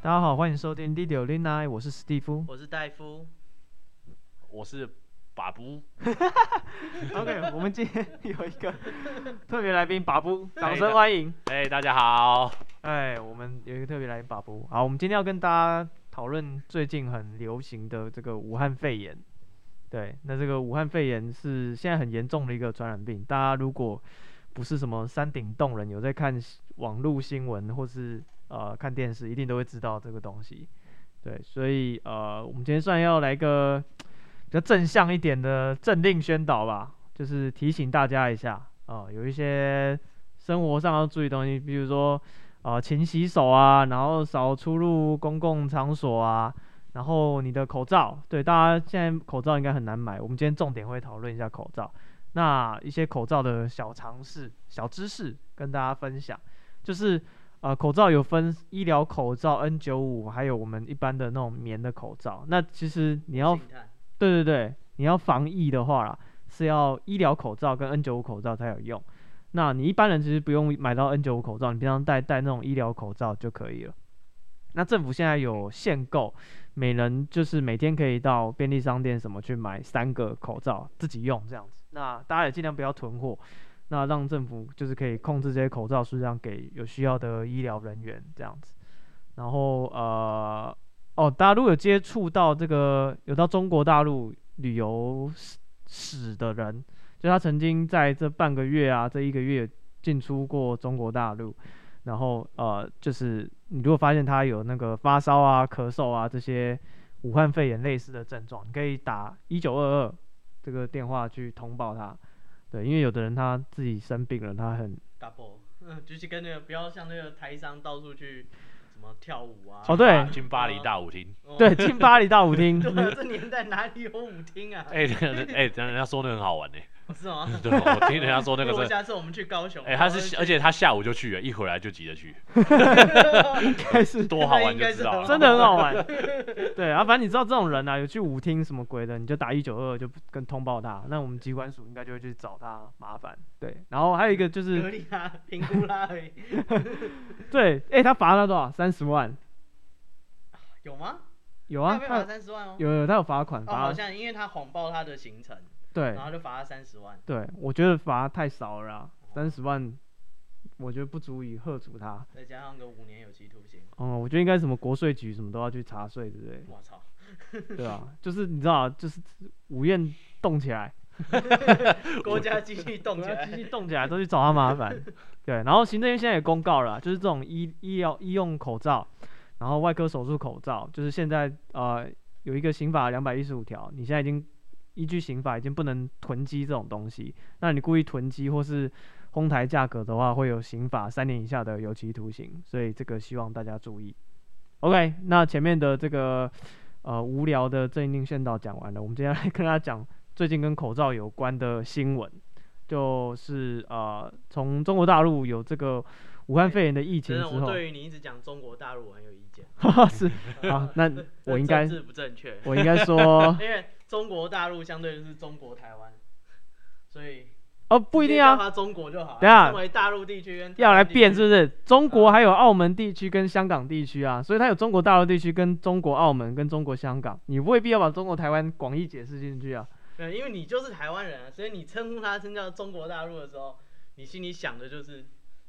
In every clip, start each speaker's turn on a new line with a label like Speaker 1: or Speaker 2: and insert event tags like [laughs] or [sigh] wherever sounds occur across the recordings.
Speaker 1: 大家好，欢迎收听《第九 l i n 我是史蒂
Speaker 2: [laughs]
Speaker 1: 夫。
Speaker 2: 我是戴夫，
Speaker 3: 我是把布，
Speaker 1: OK，我们今天有一个 [laughs] 特别来宾把布，掌声欢迎。
Speaker 3: 哎、大家好，
Speaker 1: 哎，我们有一个特别来宾把布。好，我们今天要跟大家讨论最近很流行的这个武汉肺炎。对，那这个武汉肺炎是现在很严重的一个传染病。大家如果不是什么山顶洞人，有在看新网络新闻或是呃看电视，一定都会知道这个东西。对，所以呃，我们今天算要来个比较正向一点的政令宣导吧，就是提醒大家一下啊、有一些生活上要注意的东西，比如说啊、勤洗手啊，然后少出入公共场所啊，然后你的口罩，对，大家现在口罩应该很难买，我们今天重点会讨论一下口罩。那一些口罩的小常识、小知识跟大家分享，就是呃，口罩有分医疗口罩 N95，还有我们一般的那种棉的口罩。那其实你要
Speaker 2: 惊叹
Speaker 1: 对对对，你要防疫的话啦，是要医疗口罩跟 N 9 5口罩才有用。那你一般人其实不用买到 N 9 5口罩，你平常戴戴那种医疗口罩就可以了。那政府现在有限购，每人就是每天可以到便利商店什么去买三个口罩自己用这样子。那大家也尽量不要囤货，那让政府就是可以控制这些口罩数量给有需要的医疗人员这样子。然后呃，哦，大家如果有接触到这个有到中国大陆旅游史史的人，就他曾经在这半个月啊，这一个月进出过中国大陆，然后呃，就是你如果发现他有那个发烧啊、咳嗽啊这些武汉肺炎类似的症状，你可以打一九二二这个电话去通报他。对，因为有的人他自己生病了，他很
Speaker 2: double，嗯 [laughs] 就是跟那个不要像那个台商到处去什么跳舞啊。
Speaker 1: 哦对
Speaker 3: 进巴黎大舞 [laughs] 厅。
Speaker 1: [laughs]
Speaker 2: 哦
Speaker 1: 对，进巴黎大舞厅，
Speaker 2: [laughs] 对啊，这年代哪里有舞厅啊？
Speaker 3: 哎、人哎、等人家说那很好玩呢、 [laughs]
Speaker 2: 是吗？
Speaker 3: 对，我听人家说那
Speaker 2: 如
Speaker 3: 个
Speaker 2: 果
Speaker 3: 是，
Speaker 2: 下次我们去高雄，
Speaker 3: 哎、他是，而且他下午就去了，一回来就急着去，
Speaker 1: 开始
Speaker 3: 多好玩就知道
Speaker 2: 那应该是
Speaker 3: 了。
Speaker 1: 真的很好玩。 [laughs] 对啊，反正你知道这种人啊，有去舞厅什么鬼的，你就打一九二就跟通报他，那我们机关署应该就会去找他麻烦。对，然后还有一个就
Speaker 2: 合
Speaker 1: 是
Speaker 2: 理啊，评估啦而已，
Speaker 1: 对，哎、他罚他多少？三十万，
Speaker 2: 有吗？
Speaker 1: 有啊，
Speaker 2: 他被罚
Speaker 1: 他
Speaker 2: 三十万哦。
Speaker 1: 有有他有罚款，
Speaker 2: 哦，
Speaker 1: 罚、
Speaker 2: 好像因为他谎报他的行程，
Speaker 1: 对
Speaker 2: 然后就罚他三十万。
Speaker 1: 对，我觉得罚太少了啦，三十万，我觉得不足以喝阻他。
Speaker 2: 再加上个五年有期徒刑，
Speaker 1: 嗯，我觉得应该什么国税局什么都要去查税，对不
Speaker 2: [laughs]
Speaker 1: 对？
Speaker 2: 我操！
Speaker 1: 对啊，就是你知道啊，就是午宴动起来。
Speaker 2: 国家机器动起
Speaker 1: 主要
Speaker 2: 来
Speaker 1: 机，器啊动起来都去找他麻
Speaker 2: [laughs]
Speaker 1: 烦。对，然后行政院现在也公告了啊，就是这种医医疗医用口罩，然后外科手术口罩，就是现在呃有一个刑法两百一十五条，你现在已经依据刑法已经不能囤积这种东西，那你故意囤积或是哄抬价格的话，会有刑法三年以下的有期徒刑，所以这个希望大家注意。OK，那前面的这个呃无聊的政令宣导讲完了，我们接下来跟大家讲最近跟口罩有关的新闻。就是呃，从中国大陆有这个武汉肺炎的疫情
Speaker 2: 真
Speaker 1: 之
Speaker 2: 的，我
Speaker 1: 后，
Speaker 2: 对于你一直讲中国大陆我很有意见。
Speaker 1: 是
Speaker 2: [laughs]
Speaker 1: 啊，那我应该
Speaker 2: 政治不正确，
Speaker 1: 我应该说
Speaker 2: 因为中国大陆相对就是中国台湾，所以
Speaker 1: 哦，不一定啊，
Speaker 2: 他中国就好了。
Speaker 1: 等一下
Speaker 2: 身为大陆地区跟台
Speaker 1: 要
Speaker 2: 湾
Speaker 1: 来
Speaker 2: 地
Speaker 1: 变
Speaker 2: 区
Speaker 1: 是不是？中国还有澳门地区跟香港地区啊，所以它有中国大陆地区跟中国澳门跟中国香港，你未必要把中国台湾广义解释进去啊。
Speaker 2: 对，因为你就是台湾人、啊，所以你称呼他称叫中国大陆的时候，你心里想的就是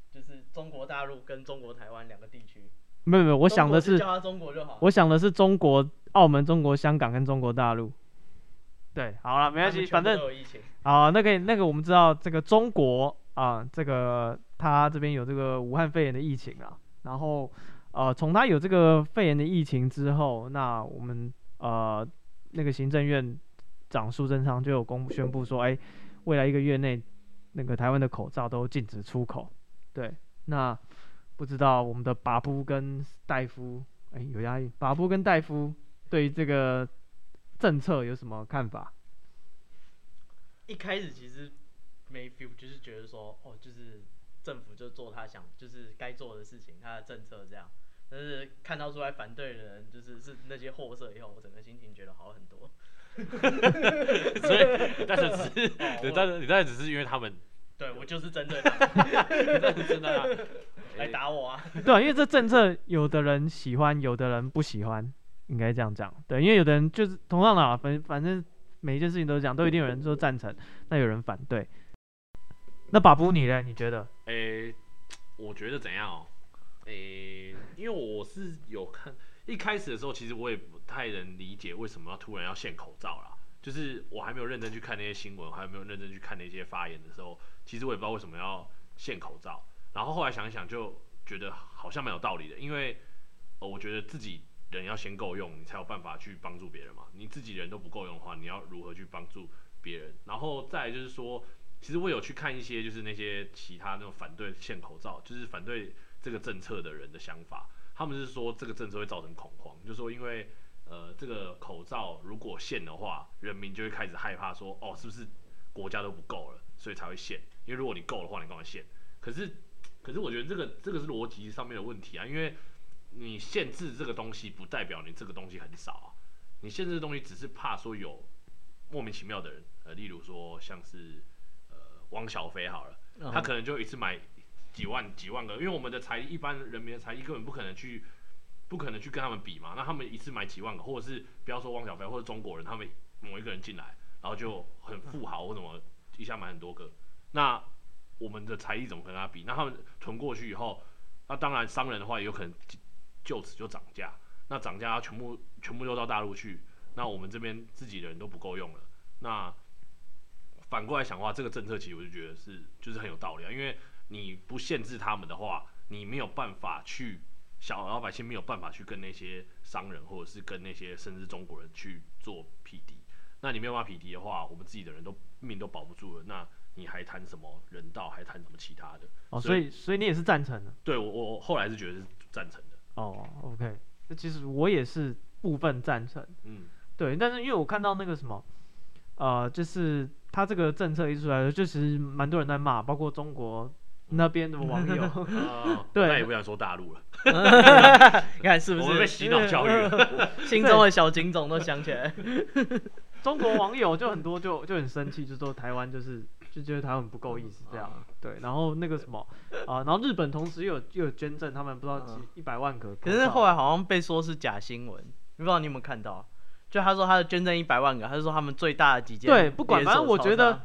Speaker 2: 就是中国大陆跟中国台湾两个地区。
Speaker 1: 没有没有，我
Speaker 2: 我
Speaker 1: 想的是
Speaker 2: 叫他中国就好了。
Speaker 1: 我想的是中国澳门、中国香港跟中国大陆。对，好啊了，没关
Speaker 2: 他们
Speaker 1: 系，
Speaker 2: 全
Speaker 1: 反
Speaker 2: 部
Speaker 1: 正
Speaker 2: 都有疫情，
Speaker 1: 啊，那个那个，我们知道这个中国啊，这个它这边有这个武汉肺炎的疫情啊，然后呃，从它有这个肺炎的疫情之后，那我们呃那个行政院长苏贞昌就有公宣布说，哎，未来一个月内那个台湾的口罩都禁止出口。对，那不知道我们的拔布跟戴夫，哎，有压抑，拔布跟戴夫对于这个政策有什么看法？
Speaker 2: 一开始其实没 feel，就是觉得说哦，就是政府就做他想就是该做的事情，他的政策这样。但是看到出来反对的人就是是那些货色以后，我整个心情觉得好很多。
Speaker 3: 所以，但是只是，
Speaker 2: 哦
Speaker 3: 对
Speaker 2: 我
Speaker 3: 但是，但是只是因为他们，
Speaker 2: 对我就是针对他们，
Speaker 3: 但是真的啊，
Speaker 2: 来打我啊！
Speaker 1: [laughs] 对啊，因为这政策有的人喜欢，有的人不喜欢，应该这样讲。对，因为有的人就是同样的啊，反反正每一件事情都是这样，都一定有人说赞成，那有人反对。那把布你呢？你觉得？
Speaker 3: 诶、我觉得怎样哦、诶、因为我是有看一开始的时候，其实我也不太能理解为什么要突然要限口罩啦。就是我还没有认真去看那些新闻，还没有认真去看那些发言的时候，其实我也不知道为什么要限口罩。然后后来想一想，就觉得好像蛮有道理的，因为、呃、我觉得自己人要先够用，你才有办法去帮助别人嘛。你自己人都不够用的话，你要如何去帮助别人？然后再来就是说，其实我有去看一些就是那些其他那种反对限口罩，就是反对这个政策的人的想法，他们是说这个政策会造成恐慌，就说因为呃这个口罩如果限的话，人民就会开始害怕说哦是不是国家都不够了，所以才会限？因为如果你够的话，你干嘛限？可是可是我觉得这个这个是逻辑上面的问题啊，因为你限制这个东西，不代表你这个东西很少啊，你限制的东西只是怕说有莫名其妙的人，呃，例如说像是呃汪小菲好了，他可能就一次买几万几万个，因为我们的财力一般人民的财力根本不可能去不可能去跟他们比嘛，那他们一次买几万个，或者是不要说汪小菲或者中国人，他们某一个人进来，然后就很富豪或什么一下买很多个，那我们的财力怎么跟他比？那他们囤过去以后，那当然商人的话也有可能就就此就涨价，那涨价全部全部都到大陆去，那我们这边自己的人都不够用了。那反过来想的话，这个政策其实我就觉得是就是很有道理啊，因为你不限制他们的话，你没有办法去小老百姓没有办法去跟那些商人或者是跟那些甚至中国人去做匹敌。那你没有办法匹敌的话，我们自己的人都命都保不住了，那你还谈什么人道，还谈什么其他的？
Speaker 1: 哦，
Speaker 3: 所
Speaker 1: 所
Speaker 3: 以
Speaker 1: 以所以你也是赞成的。
Speaker 3: 对我我我后来是觉得是赞成的，
Speaker 1: 哦，OK，那其实我也是部分赞成，
Speaker 3: 嗯，
Speaker 1: 对，但是因为我看到那个什么，呃，就是他这个政策一出来，就其实蛮多人在骂，包括中国那边的网友，
Speaker 3: 哦
Speaker 1: 对
Speaker 3: 那也不想说大陆了，
Speaker 2: 你看是不
Speaker 3: 我们被
Speaker 2: 是？
Speaker 3: 洗脑教育了，
Speaker 2: 心中的小警种都想起来。
Speaker 1: 中国网友就很多就就很生气，就说台湾就是就觉得台湾不够意思这样，
Speaker 2: 啊
Speaker 1: 对，然后那个什么啊、然后日本同时又有又有捐赠他们不知道几
Speaker 2: 嗯
Speaker 1: 一百万个口罩，
Speaker 2: 可是后来好像被说是假新闻，不知道你有没有看到？就他说他的捐赠一百万个，他就说他们最大的几件
Speaker 1: 对不管
Speaker 2: 连锁
Speaker 1: 反正我觉
Speaker 2: 超
Speaker 1: 得
Speaker 2: 商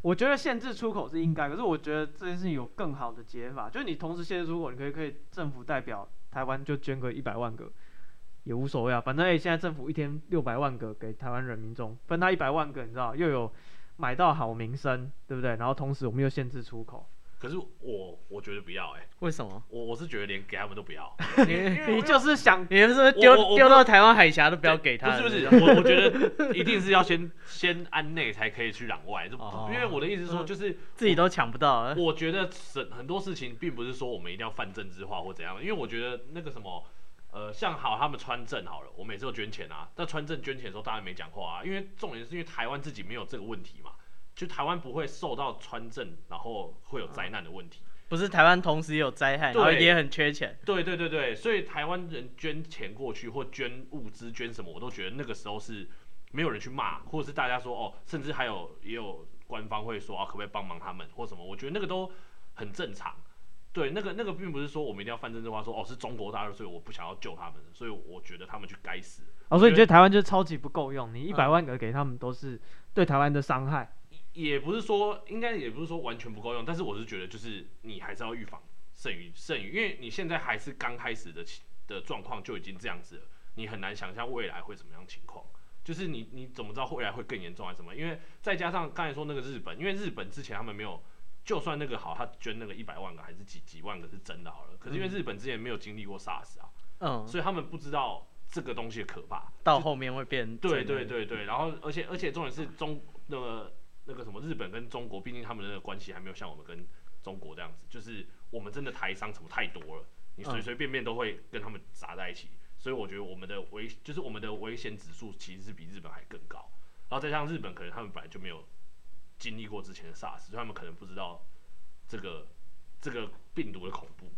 Speaker 1: 我觉得限制出口是应该，可是我觉得这件事情有更好的解法，就是你同时限制出口，你可以可以政府代表台湾就捐个一百万个，也无所谓啊，反正哎、现在政府一天六百万个给台湾人民众，分他一百万个，你知道又有买到好名声，对不对？然后同时我们又限制出口，
Speaker 3: 可是我我觉得不要哎、
Speaker 2: 为什么？
Speaker 3: 我我是觉得连给他们都不要，
Speaker 2: 你
Speaker 1: 你就是想
Speaker 2: 你是不是
Speaker 3: 我我
Speaker 2: 丢
Speaker 3: 我
Speaker 2: 丢到台湾海峡都不要给他
Speaker 3: 不
Speaker 2: 了？ [laughs]
Speaker 3: 是不是，我我觉得一定是要先先安内才可以去攘外，就不
Speaker 2: 哦
Speaker 3: 因为我的意思是说，就是
Speaker 2: 自己都抢不到啊。
Speaker 3: 我觉得很很多事情并不是说我们一定要泛政治化或怎样，因为我觉得那个什么，呃，像好他们川政好了，我每次都捐钱啊，但川政捐钱的时候当然没讲话啊，因为重点是因为台湾自己没有这个问题嘛，就台湾不会受到川政然后会有灾难的问题。
Speaker 2: 不是台湾同时也有灾害，
Speaker 3: 对
Speaker 2: 然后也很缺钱。
Speaker 3: 对对对对，所以台湾人捐钱过去或捐物资捐什么，我都觉得那个时候是没有人去骂，或者是大家说哦，甚至还有也有官方会说啊，可不可以帮忙他们或什么，我觉得那个都很正常。对，那个那个并不是说我们一定要犯政治化，说哦是中国大陆，所以我不想要救他们，所以我觉得他们去该死。
Speaker 1: 哦，所以你
Speaker 3: 我觉得
Speaker 1: 觉得台湾就是超级不够用，你一百万个给他们都是对台湾的伤害，
Speaker 3: 也不是说，应该也不是说完全不够用，但是我是觉得，就是你还是要预防剩余剩余，因为你现在还是刚开始的情的状况就已经这样子了，你很难想象未来会什么样情况。就是你你怎么知道未来会更严重还是什么？因为再加上刚才说那个日本，因为日本之前他们没有，就算那个好，他捐那个一百万个还是几几万个是真的好了，可是因为日本之前没有经历过 SARS 啊，
Speaker 2: 嗯，
Speaker 3: 所以他们不知道这个东西的可怕。
Speaker 2: 到后面会变。
Speaker 3: 对对。对对，然后而且而且重点是中那个那个什么日本跟中国，毕竟他们的关系还没有像我们跟中国这样子，就是我们真的台商什么太多了，你随
Speaker 2: 嗯
Speaker 3: 随便便都会跟他们砸在一起，所以我觉得我们的危就是我们的危险指数其实是比日本还更高，然后再加上日本可能他们本来就没有经历过之前的 SARS，所以他们可能不知道这个这个病毒的恐怖。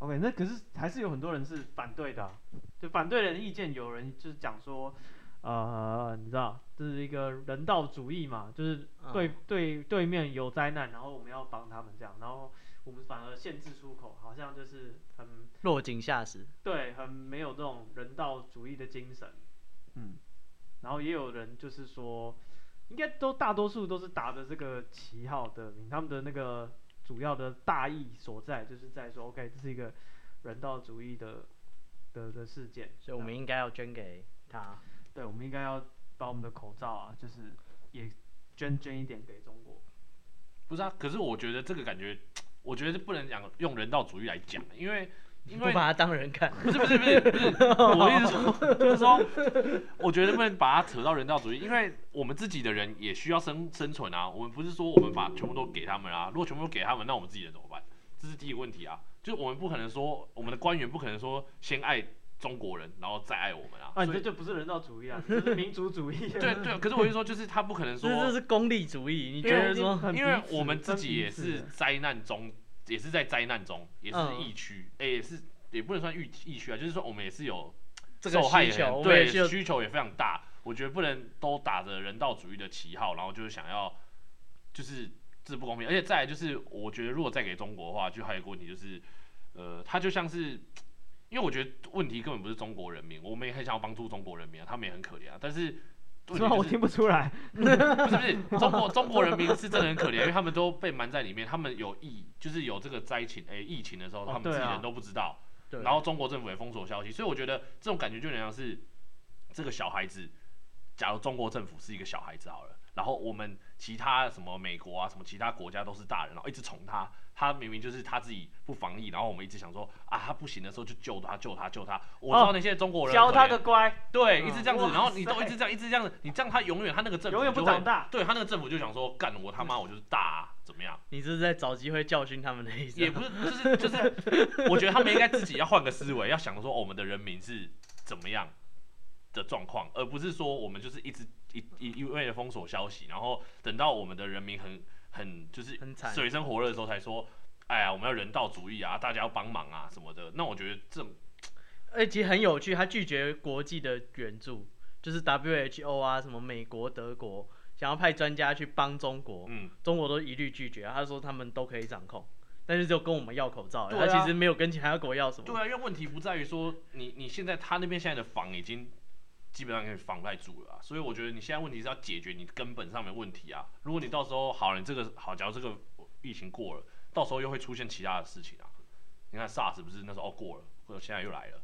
Speaker 1: OK，那可是还是有很多人是反对的啊、就反对人的意见，有人就是讲说，呃，你知道，这是一个人嗯道主义嘛，就是对、对对面有灾难，然后我们要帮他们这样，然后我们反而限制出口，好像就是很
Speaker 2: 落井下石。
Speaker 1: 对，很没有这种人道主义的精神。
Speaker 2: 嗯，
Speaker 1: 然后也有人就是说，应该都大多数都是打着这个旗号的，他们的那个主要的大意所在，就是在说，OK，这是一个人道主义的的的事件，
Speaker 2: 所以我们应该要捐给他。
Speaker 1: 对，我们应该要把我们的口罩啊，就是也捐捐一点给中国。
Speaker 3: 不是啊，可是我觉得这个感觉，我觉得不能讲用人道主义来讲，因为因
Speaker 2: 不
Speaker 3: 为
Speaker 2: 把他当人看，
Speaker 3: 不是不是不是不是，我一直说就是说，我觉得不能把它扯到人道主义，因为我们自己的人也需要生生存啊。我们不是说我们把全部都给他们啊，如果全部都给他们，那我们自己人怎么办？这是第一个问题啊，就是我们不可能说我们的官员不可能说先爱中国人，然后再爱我们啊。
Speaker 1: 啊，你
Speaker 3: 所
Speaker 1: 这
Speaker 3: 以
Speaker 1: 就不是人道主义啊，你这是民族主义。
Speaker 3: 对对，可是我就说，就是他不可能
Speaker 2: 这
Speaker 3: 说，
Speaker 2: 这是功利主义。你觉
Speaker 1: 因为
Speaker 2: 得
Speaker 1: 已经
Speaker 2: 说
Speaker 1: 很
Speaker 3: 因为
Speaker 1: 彼此
Speaker 3: 我们自
Speaker 1: 分
Speaker 3: 己
Speaker 1: 彼
Speaker 3: 也
Speaker 1: 此
Speaker 3: 是
Speaker 1: 了
Speaker 3: 灾难中，也是在灾难中，也是
Speaker 2: 嗯
Speaker 3: 疫区，哎、也是也不能算疫疫区啊，就是说我们也是有
Speaker 2: 这个
Speaker 3: 受害
Speaker 2: 需
Speaker 3: 人
Speaker 2: 求，我们也需
Speaker 3: 对
Speaker 2: 要
Speaker 3: 需求也非常大。我觉得不能都打着人道主义的旗号，然后就是想要就是这不公平。而且再来就是，我觉得如果再给中国的话，就还有一个问题就是，呃，他就像是。因为我觉得问题根本不是中国人民，我们也很想要帮助中国人民啊，他们也很可怜啊。但是
Speaker 1: [laughs]
Speaker 3: 问题
Speaker 1: 是吗？
Speaker 3: 就
Speaker 1: 我
Speaker 3: 是
Speaker 1: 听不出来。
Speaker 3: 不是不是，中国中国人民是真的很可怜，因为他们都被瞒在里面，他们有疫，就是有这个灾情，哎、疫情的时候，
Speaker 1: 哦
Speaker 3: 他们
Speaker 1: 对
Speaker 3: 自
Speaker 1: 啊
Speaker 3: 己人都不知道，
Speaker 2: 对
Speaker 3: 然后中国政府也封锁消息，所以我觉得这种感觉就有点像是这个小孩子，假如中国政府是一个小孩子好了，然后我们其他什么美国啊，什么其他国家都是大人，然后一直宠他，他明明就是他自己不防疫，然后我们一直想说啊，他不行的时候就救他，救他，救他，我知道那些中国人
Speaker 1: 哦教
Speaker 3: 很
Speaker 1: 他
Speaker 3: 可怜
Speaker 1: 个乖，
Speaker 3: 对，
Speaker 1: 嗯
Speaker 3: 一直这样子，
Speaker 1: 哇
Speaker 3: 然后你都
Speaker 1: 塞
Speaker 3: 一直这样，一直这样子，你这样他永远他那个政府
Speaker 1: 永远不
Speaker 3: 就会
Speaker 1: 长大
Speaker 3: 对他那个政府就想说，干我他妈我就是大、啊，怎么样？
Speaker 2: 你这是在找机会教训他们的意思
Speaker 3: 也
Speaker 2: 啊。
Speaker 3: 不是，就是就是，我觉得他们应该自己要换个思维，要想说、哦我们的人民是怎么样的状况，而不是说我们就是一直一一一味的封锁消息，然后等到我们的人民很很就是
Speaker 2: 很惨
Speaker 3: 水深火热的时候才说，哎呀，我们要人道主义啊，大家要帮忙啊什么的。那我觉得这种
Speaker 2: 而哎且其实很有趣，他拒绝国际的援助，就是 WHO 啊，什么美国、德国想要派专家去帮中国，
Speaker 3: 嗯，
Speaker 2: 中国都一律拒绝。他说他们都可以掌控，但是就跟我们要口罩而已，
Speaker 3: 对啊
Speaker 2: 他其实没有跟其他国要什
Speaker 3: 对
Speaker 2: 么。
Speaker 3: 啊，因为问题不在于说你你现在他那边现在的防已经基本上可以防不太住了啊、所以我觉得你现在问题是要解决你根本上面的问题啊。如果你到时候好了，你这个好，假如这个疫情过了，到时候又会出现其他的事情啊。你看 SARS 不是那时候哦过了，或者现在又来了，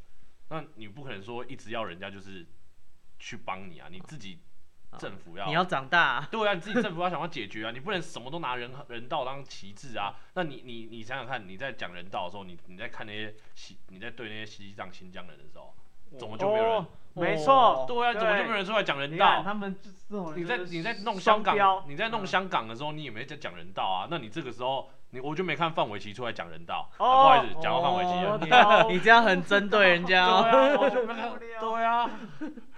Speaker 3: 那你不可能说一直要人家就是去帮你啊，你自己政府要
Speaker 2: 你要长大啊、
Speaker 3: 对啊，你自己政府要想要解决啊，你不能什么都拿人人道当旗帜啊。那你你你想想看，你在讲人道的时候，你你在看那些西，你在对那些西藏、新疆人的时候，怎么就没有人？
Speaker 1: 哦，没错
Speaker 2: 哦，
Speaker 3: 对啊，怎么就没有人出来讲人道？
Speaker 1: 他们就是这种人
Speaker 3: 你在
Speaker 1: 就是
Speaker 3: 你在
Speaker 1: 双
Speaker 3: 弄香港
Speaker 1: 标，嗯
Speaker 3: 你在弄香港的时候，你也没在讲人道啊。那你这个时候，你我就没看范玮琪出来讲人道，啊不
Speaker 1: 哦
Speaker 3: 好意思，讲到范玮琪
Speaker 1: 哦
Speaker 3: 了。
Speaker 1: 你好
Speaker 2: 你这样很针对人家
Speaker 3: 对
Speaker 2: 哦，
Speaker 3: 啊，我 [laughs] 就没看
Speaker 1: 无。聊
Speaker 3: 对啊，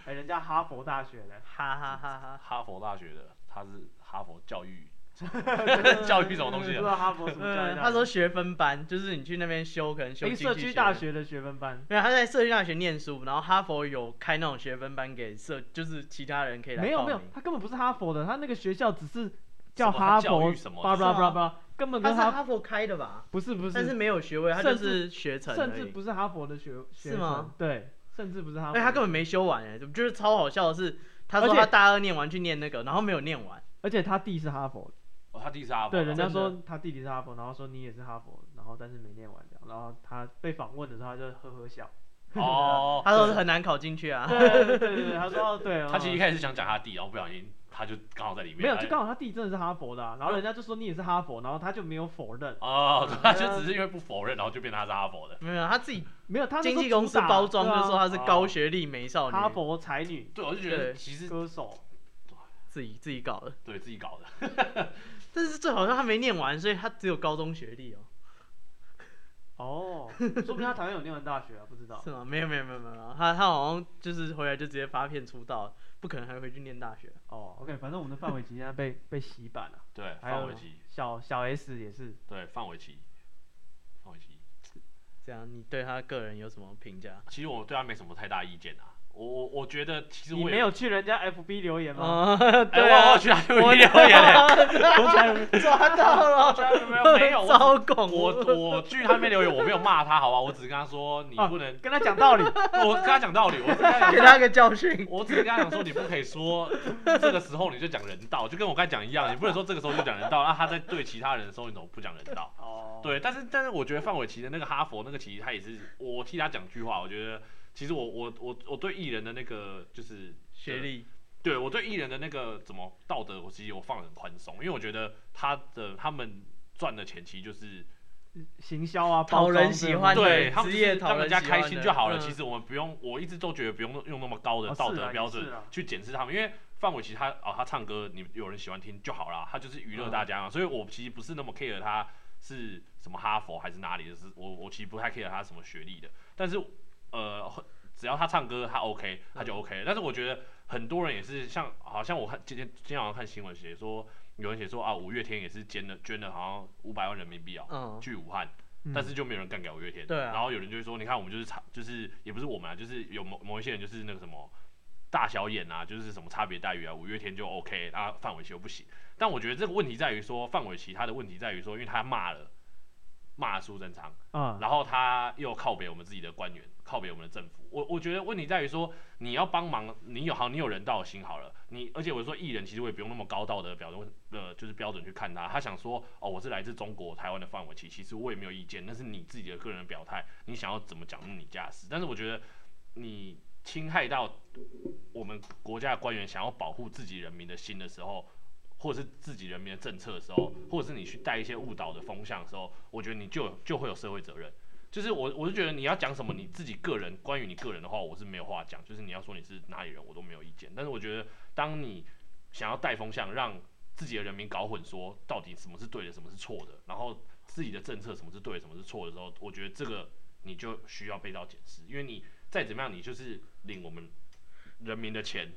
Speaker 1: 哎，人家哈佛大学的，
Speaker 2: 哈哈哈
Speaker 1: [laughs]
Speaker 2: 哈！
Speaker 3: 哈佛大学的，他是哈佛教育 [laughs]
Speaker 1: 对
Speaker 3: 教育什么东
Speaker 1: 不
Speaker 3: 西啊
Speaker 1: 知
Speaker 3: 的？
Speaker 1: 道哈佛什么教育大
Speaker 2: 嗯，
Speaker 1: 学。
Speaker 2: 他说学分班就是你去那边修，可能修
Speaker 1: 诶
Speaker 2: 经
Speaker 1: 哎社
Speaker 2: 济
Speaker 1: 区
Speaker 2: 学
Speaker 1: 大，学的学分班，
Speaker 2: 没有他在社区大学念书，然后哈佛有开那种学分班给社，就是其他人可以来
Speaker 1: 没有
Speaker 2: 报
Speaker 1: 没有
Speaker 2: 名，
Speaker 1: 他根本不是哈佛的，他那个学校只是叫
Speaker 3: 什么
Speaker 1: 哈
Speaker 3: 教
Speaker 1: 佛，
Speaker 3: 育什么的
Speaker 1: 巴拉巴
Speaker 2: 是吗
Speaker 1: 拉巴拉，根本
Speaker 2: 他
Speaker 1: 跟
Speaker 2: 是
Speaker 1: 啊哈
Speaker 2: 哈佛开的吧？
Speaker 1: 不是不
Speaker 2: 但是
Speaker 1: 是，
Speaker 2: 没有学位，他就
Speaker 1: 甚至
Speaker 2: 是学成
Speaker 1: 甚
Speaker 2: 而
Speaker 1: 至
Speaker 2: 已。
Speaker 1: 不是哈佛的学学
Speaker 2: 是吗
Speaker 1: 生，对，甚至不是哈
Speaker 2: 哎，
Speaker 1: 佛，
Speaker 2: 他根本没修完哎，就是超好笑的是，他
Speaker 1: 而
Speaker 2: 说
Speaker 1: 且
Speaker 2: 他大二念完去念那个，然后没有念完，
Speaker 1: 而且他弟是哈佛的。
Speaker 3: 哦，他第一次哈佛
Speaker 1: 对，
Speaker 3: 的
Speaker 1: 人家
Speaker 2: 真的
Speaker 1: 说他弟弟是哈佛，然后说你也是哈佛，然后但是没念完这样，然后他被访问的时候他就呵呵
Speaker 2: [laughs]
Speaker 1: 笑。 [laughs]
Speaker 3: 哦，
Speaker 2: 他说很难考进去啊。
Speaker 1: 对对对对，对他说哦对，
Speaker 3: 他其实一
Speaker 1: 嗯
Speaker 3: 开始想讲他弟，然后不小心他就刚好在里面，
Speaker 1: 没有，
Speaker 3: 他
Speaker 1: 就刚好他弟真的是哈佛的啊、然后人家就说你也是哈佛，然后他就没有否认，
Speaker 3: 哦，对
Speaker 1: 嗯
Speaker 3: 他就只是因为不否认，然后就变成他是哈佛的。
Speaker 2: [laughs] 没有，他自己
Speaker 1: 没有他那时候
Speaker 2: 经纪公司
Speaker 1: 主打
Speaker 2: 包装
Speaker 1: 对啊
Speaker 2: 就说他是高学历美少
Speaker 1: 哈
Speaker 2: 女，
Speaker 1: 佛才女
Speaker 3: 对，我就觉得
Speaker 2: 对
Speaker 3: 其实
Speaker 1: 歌手，
Speaker 2: 自己自己搞的。
Speaker 3: 对自己搞的，
Speaker 2: 但是最好像他没念完，所以他只有高中学历哦、
Speaker 1: 哦，说不定他台湾有念完大学啊，不知道
Speaker 2: 是。吗？没有没有没有没有，他他好像就是回来就直接发片出道，不可能还回去念大学。
Speaker 1: 哦，OK，反正我们的范玮琪现在被被洗版了、
Speaker 3: 对
Speaker 1: 还有
Speaker 3: 范玮琪，
Speaker 1: 小小 S 也是，
Speaker 3: 对范玮琪，范玮琪。
Speaker 2: 这样，你对他个人有什么评价？
Speaker 3: 其实我对他没什么太大意见啊，我我我觉得其实
Speaker 1: 你
Speaker 3: 我
Speaker 1: 没
Speaker 3: 也
Speaker 1: 有去人家 FB 留言吗？
Speaker 2: 啊，
Speaker 3: 哎
Speaker 2: 对
Speaker 3: 我
Speaker 2: 啊
Speaker 3: 我，去他留言留言
Speaker 1: 啊
Speaker 3: 嘞，
Speaker 1: [laughs]
Speaker 2: 抓到了，
Speaker 3: 去他留言没
Speaker 2: [laughs]
Speaker 3: 有，我
Speaker 2: 招拱，
Speaker 3: 我我去他那边留言，我没有骂他，好吧，我只是跟他说你
Speaker 1: 啊
Speaker 3: 不能，
Speaker 1: 跟他讲
Speaker 2: [laughs]
Speaker 1: 道理，
Speaker 3: 我跟他讲道理，我只是跟他讲
Speaker 1: [laughs]
Speaker 2: 给他个教训。
Speaker 3: [laughs] 我只是跟他讲说，你不可以说这个时候你就讲人道，就跟我刚才讲一样，你不能说这个时候就讲人道，那啊他在对其他人的时候你怎么不讲人道？
Speaker 1: 哦，
Speaker 3: 对，但是但是我觉得范玮琪的那个哈佛那个，其实他也是我替他讲句话，我觉得其实我我我我对艺人的那个就是
Speaker 2: 学，历，
Speaker 3: 对我对艺人的那个怎么道德，我其实我放得很宽松，因为我觉得他的他们赚的钱其实就是
Speaker 1: 行销啊，
Speaker 2: 讨
Speaker 1: 包
Speaker 2: 人
Speaker 1: 装
Speaker 2: 喜
Speaker 1: 这种
Speaker 2: 欢
Speaker 1: 东西
Speaker 3: 对
Speaker 2: 对
Speaker 3: 他们
Speaker 2: 职
Speaker 3: 就
Speaker 2: 业
Speaker 3: 是
Speaker 2: 讨
Speaker 3: 让
Speaker 2: 人
Speaker 3: 人家
Speaker 2: 喜
Speaker 3: 开
Speaker 2: 欢
Speaker 3: 心
Speaker 2: 的
Speaker 3: 就好了。
Speaker 2: 嗯
Speaker 3: 其实我们不用，我一直都觉得不用用那么高
Speaker 1: 哦
Speaker 3: 的道
Speaker 1: 是啊
Speaker 3: 德
Speaker 1: 也
Speaker 3: 标准
Speaker 1: 是啊
Speaker 3: 去检视他们，因为范玮琪他哦他唱歌你有人喜欢听就好啦，他就是娱乐
Speaker 1: 嗯
Speaker 3: 大家嘛，所以我其实不是那么 care 他是什么哈佛还是哪里的，是我我其实不太 care 他什么学历的，但是呃只要他唱歌他 OK 他就 OK，、但是我觉得很多人也是像好像我看今天今天好像看新闻写说有人写说啊五月天也是捐了捐了好像五百万人民币哦、
Speaker 2: 嗯，
Speaker 3: 去武汉。
Speaker 1: 嗯
Speaker 3: 但是就没有人干掉五月天。
Speaker 2: 对啊
Speaker 3: 然后有人就会说，你看我们就是差，就是也不是我们啊，就是有某某一些人就是那个什么大小眼啊，就是什么差别待遇啊，五月天就 OK，然后范玮琪又不行。但我觉得这个问题在于说，范玮琪他的问题在于说，因为他骂了骂了苏贞昌，
Speaker 1: 啊，
Speaker 3: 然后他又靠北我们自己的官员，靠北我们的政府。我我觉得问题在于说，你要帮忙，你有好，你有人道的心好了。你而且我说艺人其实我也不用那么高道德标准，呃，就是标准去看他。他想说，哦，我是来自中国台湾的范玮琪，其实我也没有意见，那是你自己的个人表态，你想要怎么讲那是你家的事。但是我觉得你侵害到我们国家的官员想要保护自己人民的心的时候。或者是自己人民的政策的时候，或者是你去带一些误导的风向的时候，我觉得你就就会有社会责任。就是我，我是觉得你要讲什么你自己个人，关于你个人的话，我是没有话讲。就是你要说你是哪里人，我都没有意见。但是我觉得，当你想要带风向，让自己的人民搞混，说到底什么是对的，什么是错的，然后自己的政策什么是对的，什么是错的时候，我觉得这个你就需要被到检视，因为你再怎么样，你就是领我们人民的钱，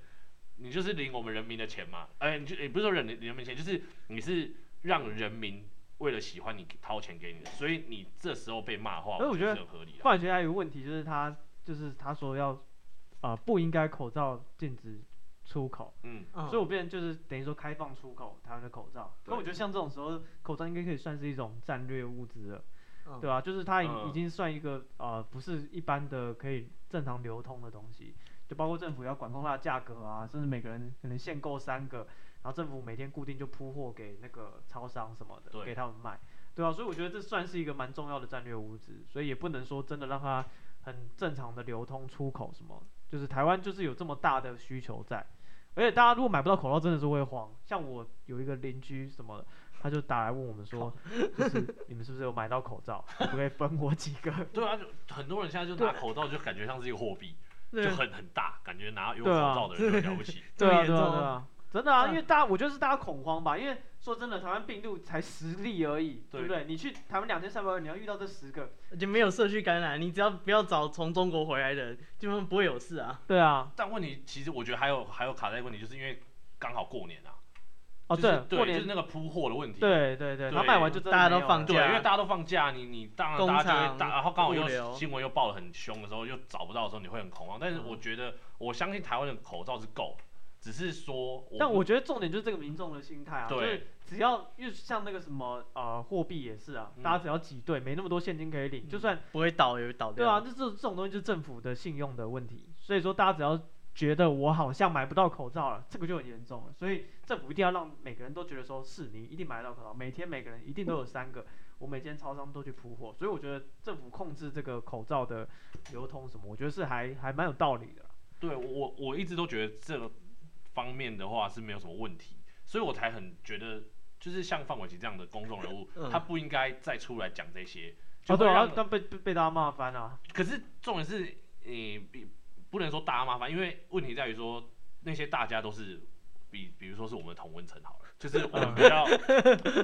Speaker 3: 你就是领我们人民的钱嘛。哎、你就也、不是说人人民钱，就是你是让人民。为了喜欢你掏钱给你的，所以你这时候被骂的话，
Speaker 1: 哎我觉得
Speaker 3: 是很合理的。啊
Speaker 1: 范伟学还有一个问题，就是他就是他说要呃不应该口罩禁止出口，
Speaker 3: 嗯，
Speaker 1: 所以我
Speaker 2: 嗯
Speaker 1: 变成就是等于说开放出口台湾的口罩。
Speaker 3: 对
Speaker 1: 那我觉得像这种时候，口罩应该可以算是一种战略物资了，
Speaker 2: 嗯
Speaker 1: 对吧、就是它已、
Speaker 3: 嗯
Speaker 1: 已经算一个呃不是一般的可以正常流通的东西，就包括政府要管控它的价格啊，甚至每个人可能限购三个，然后政府每天固定就铺货给那个超商什么的，
Speaker 3: 对
Speaker 1: 给他们卖，对啊，所以我觉得这算是一个蛮重要的战略物资，所以也不能说真的让它很正常的流通出口什么，就是台湾就是有这么大的需求在，而且大家如果买不到口罩，真的是会慌。像我有一个邻居什么的，他就打来问我们说，就是你们是不是有买到口罩，可不可以分我几个？
Speaker 3: 对啊，就很多人现在就拿口罩，就感觉像是一个货币，
Speaker 2: 对
Speaker 3: 就很很大，感觉拿有口
Speaker 1: 对啊
Speaker 3: 罩的人就很了不起。
Speaker 1: 对啊，对
Speaker 2: 这么
Speaker 1: 啊，
Speaker 2: 严重
Speaker 1: 对啊，真的啊，因为大家我觉得是大家恐慌吧，因为说真的，台湾病毒才十例而已，对
Speaker 3: 对
Speaker 1: 不对？你去台湾两千三百万，你要遇到这十个，
Speaker 2: 就没有社区感染，你只要不要找从中国回来的人，基本上不会有事啊。
Speaker 1: 对啊，
Speaker 3: 但问题其实我觉得还有还有卡在问题，就是因为刚好过年啊，
Speaker 1: 哦
Speaker 3: 就是
Speaker 1: 过
Speaker 3: 就是
Speaker 1: 年，
Speaker 3: 那个铺货的问题。
Speaker 1: 对对对，他
Speaker 3: 对
Speaker 1: 卖完就真的
Speaker 2: 大家
Speaker 1: 没
Speaker 2: 都
Speaker 1: 有
Speaker 2: 放
Speaker 1: 了
Speaker 3: 对，
Speaker 2: 假
Speaker 3: 因为大家都放假，你你当然
Speaker 2: 工
Speaker 3: 大
Speaker 2: 厂
Speaker 3: 家就会大，然后刚好
Speaker 2: 物流
Speaker 3: 又新闻又报的很凶的时候，又找不到的时候，你会很恐慌。
Speaker 1: 嗯
Speaker 3: 但是我觉得，我相信台湾的口罩是够，只是说我
Speaker 1: 但
Speaker 3: 不
Speaker 1: 我觉得重点就是这个民众的心态啊，就
Speaker 3: 对
Speaker 1: 是只要因为像那个什么呃货币也是啊，
Speaker 3: 嗯
Speaker 1: 大家只要挤兑，没那么多现金可以领，就算
Speaker 2: 不会倒也会倒
Speaker 1: 对
Speaker 2: 掉。
Speaker 1: 啊，这这这种东西就是政府的信用的问题，所以说大家只要觉得我好像买不到口罩了，这个就很严重了，所以政府一定要让每个人都觉得说是你一定买得到口罩，每天每个人一定都有三个，我每间超商都去铺货，所以我觉得政府控制这个口罩的流通什么，我觉得是还还蛮有道理的啦。
Speaker 3: 对我我我一直都觉得这个方面的话是没有什么问题，所以我才很觉得，就是像范玮琪这样的公众人物，
Speaker 2: 嗯
Speaker 3: 他不应该再出来讲这些，就
Speaker 1: 啊，
Speaker 3: 会
Speaker 1: 对
Speaker 3: 让。
Speaker 1: 啊，但被被被大家骂翻了、啊。
Speaker 3: 可是重点是，你、比不能说大家麻烦，因为问题在于说那些大家都是。比比如说是我们同温层好了，就是我们比
Speaker 1: [laughs]
Speaker 3: 较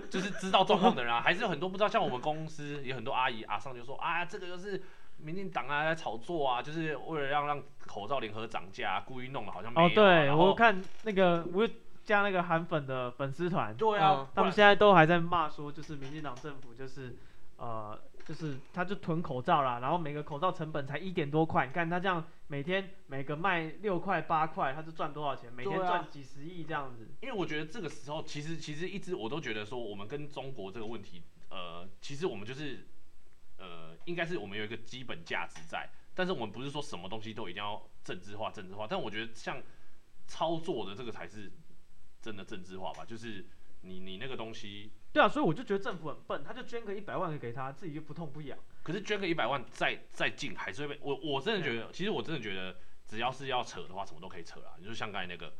Speaker 3: 就是知道状况的人啊，还是有很多不知道，像我们公司有很多阿姨啊，上就说啊，这个就是民进党啊在炒作啊，就是为了让让口罩联合涨价、啊，故意弄的好像没有、
Speaker 1: 哦
Speaker 3: 啊。，
Speaker 1: 对，
Speaker 3: 然后
Speaker 1: 我看那个我有加那个韩粉的粉丝团，
Speaker 3: 对
Speaker 2: 嗯
Speaker 3: 啊，不
Speaker 1: 他们
Speaker 3: 然
Speaker 1: 现在都还在骂说，就是民进党政府就是呃，就是他就囤口罩啦，然后每个口罩成本才一点多块，你看他这样每天每个卖六块八块，他就赚多少钱？每天
Speaker 3: 对啊
Speaker 1: 赚几十亿这样子。
Speaker 3: 因为我觉得这个时候，其实其实一直我都觉得说，我们跟中国这个问题，呃，其实我们就是，呃，应该是我们有一个基本价值在，但是我们不是说什么东西都一定要政治化，政治化。但我觉得像操作的这个才是真的政治化吧，就是你你那个东西，
Speaker 1: 对啊，所以我就觉得政府很笨，他就捐个一百万给他，自己就不痛不痒。
Speaker 3: 可是捐个一百万再再进还是会被我我真的觉得，其实我真的觉得，只要是要扯的话，什么都可以扯啦。就像刚才那个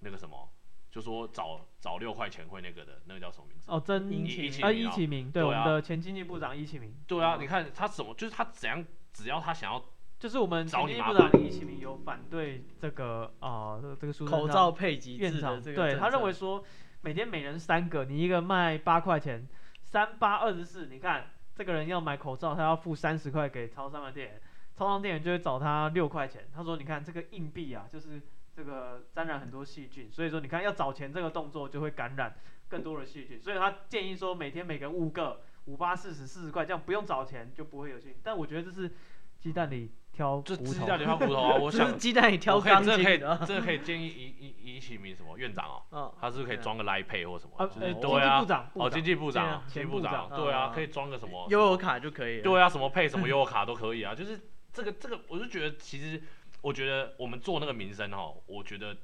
Speaker 3: 那个什么，就说找找六块钱会那个的，那个叫什么名字？
Speaker 1: 哦，真
Speaker 2: 殷
Speaker 3: 殷
Speaker 2: 勤
Speaker 1: 啊，
Speaker 3: 勤
Speaker 1: 伊
Speaker 3: 啊
Speaker 1: 启明，对，
Speaker 3: 对
Speaker 1: 我们
Speaker 3: 啊
Speaker 1: 的前经济部长伊启明，
Speaker 3: 对啊，你看他怎么，就是他怎样，只要他想要，
Speaker 1: 就是我们前
Speaker 3: 找你
Speaker 1: 经济
Speaker 3: 麻
Speaker 1: 部长伊启明有反对这个啊、这个这个书
Speaker 2: 口罩配给
Speaker 1: 院
Speaker 2: 制
Speaker 1: 长，
Speaker 2: 的
Speaker 3: 啊
Speaker 2: 这个
Speaker 1: 对
Speaker 2: 政
Speaker 1: 他认
Speaker 2: 策
Speaker 1: 为说每天每人三个，你一个卖八块钱，三八二十四，你看这个人要买口罩，他要付三十块给超商的店员，超商店员就会找他六块钱。他说你看这个硬币啊，就是这个沾染很多细菌，所以说你看要找钱这个动作就会感染更多的细菌，所以他建议说每天每个人五个，五八四十四十块，这样不用找钱就不会有菌。但我觉得这是鸡蛋里挑
Speaker 3: 就
Speaker 1: 骨
Speaker 3: 自己
Speaker 1: 头
Speaker 3: 在留下骨头啊。
Speaker 2: [laughs]
Speaker 3: 我
Speaker 2: 就是
Speaker 3: 想，
Speaker 2: 鸡蛋里挑
Speaker 3: 我可以
Speaker 2: 钢
Speaker 3: 真的可以
Speaker 2: 筋啊的。
Speaker 3: 真的可以建议以以以启明什么院长哦，
Speaker 2: 嗯，
Speaker 3: 他是不是可以装个 Line Pay 或什么？
Speaker 1: 啊，
Speaker 3: 就
Speaker 1: 呃，
Speaker 3: 是
Speaker 1: 经
Speaker 3: 对
Speaker 1: 济
Speaker 3: 啊
Speaker 1: 部，长，部
Speaker 3: 哦，
Speaker 1: 长
Speaker 3: 经济部
Speaker 1: 对
Speaker 3: 长
Speaker 1: 啊，
Speaker 3: 经济
Speaker 1: 前
Speaker 3: 部
Speaker 1: 部
Speaker 3: 长，
Speaker 1: 长
Speaker 3: 对啊
Speaker 2: 嗯，
Speaker 3: 可以装个什么
Speaker 2: 悠游卡就可以了。
Speaker 3: 对啊，什么配什么优卡都可以啊，就是这个这个，我就觉得其实，我觉得我们做那个民生哦，我觉得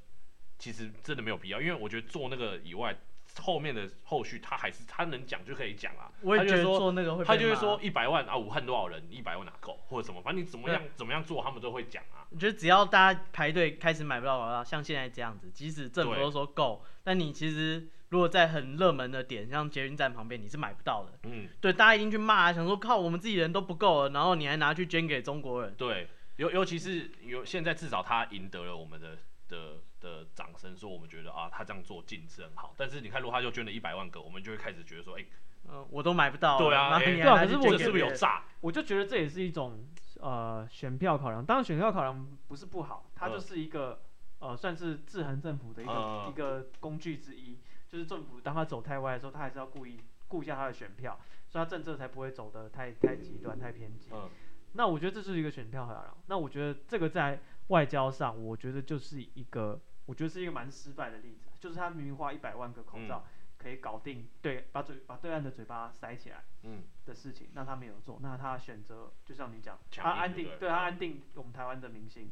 Speaker 3: 其实真的没有必要，因为我觉得做那个以外，后面的后续他还是他能讲就可以讲啊，
Speaker 2: 我也
Speaker 3: 他
Speaker 2: 觉得
Speaker 3: 就是说
Speaker 2: 做那个会被
Speaker 3: 他就会
Speaker 2: 骂
Speaker 3: 说，一百万啊，武汉多少人，一百万哪够或者什么，反正你怎么样怎么样做，他们都会讲啊。
Speaker 2: 我觉得只要大家排队开始买不到口罩，像现在这样子，即使政府
Speaker 3: 对
Speaker 2: 都说够，但你其实如果在很热门的点，像捷运站旁边，你是买不到的。
Speaker 3: 嗯，
Speaker 2: 对，大家一定去骂，想说靠，我们自己人都不够了，然后你还拿去捐给中国人。
Speaker 3: 对，尤尤其是有现在至少他赢得了我们的的的掌声，说我们觉得啊，他这样做尽是很好。但是你看，如果他就捐了一百万个，我们就会开始觉得说，哎、
Speaker 2: 嗯、我都买不到了。
Speaker 3: 对啊
Speaker 2: 然后
Speaker 3: 哎
Speaker 2: 你还
Speaker 1: 对啊
Speaker 2: 拿
Speaker 1: 可
Speaker 2: 去
Speaker 1: 是我
Speaker 2: 捐
Speaker 3: 这
Speaker 2: 给
Speaker 3: 是不是
Speaker 2: 别
Speaker 3: 有
Speaker 2: 人
Speaker 3: 诈？
Speaker 1: 我就觉得这也是一种呃选票考量。当然，选票考量不是不好，它
Speaker 3: 嗯
Speaker 1: 就是一个、呃算是制衡政府的一个、
Speaker 3: 嗯嗯
Speaker 1: 一个工具之一。就是政府当他走太歪的时候，他还是要故意顾一下他的选票，所以他政策才不会走得太太极端、太偏激。
Speaker 3: 嗯，
Speaker 1: 那我觉得这是一个选票考量。那我觉得这个在外交上，我觉得就是一个，我觉得是一个蛮失败的例子，就是他明明花一百万个口
Speaker 3: 嗯
Speaker 1: 罩、可以搞定对，把嘴把对岸的嘴巴塞起来。
Speaker 3: 嗯，
Speaker 1: 的事情，那他没有做，那他选择就像你讲，
Speaker 3: 强
Speaker 1: 他
Speaker 3: 硬
Speaker 1: 安定
Speaker 3: 对不，
Speaker 1: 对
Speaker 3: 对
Speaker 1: 他安定我们台湾的明星，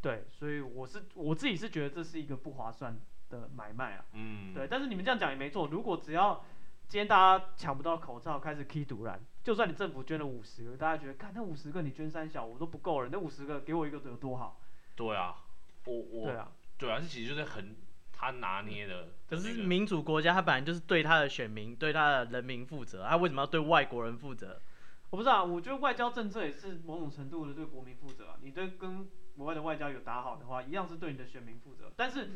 Speaker 1: 对，所以我是我自己是觉得这是一个不划算的买卖啊，
Speaker 3: 嗯，
Speaker 1: 对，但是你们这样讲也没错，如果只要今天大家抢不到口罩，开始 K 毒然，就算你政府捐了五十个，大家觉得看那五十个你捐三小我都不够了，那五十个给我一个有多好，
Speaker 3: 对啊，我我
Speaker 1: 对啊，
Speaker 3: 对啊，这其实就是很他拿捏的，
Speaker 2: 嗯可是
Speaker 3: 那个
Speaker 2: 民主国家，他本来就是对他的选民、对他的人民负责，他为什么要对外国人负责？
Speaker 1: 我不知道啊，我觉得外交政策也是某种程度的对国民负责啊。你对跟国外的外交有打好的话，一样是对你的选民负责。但是，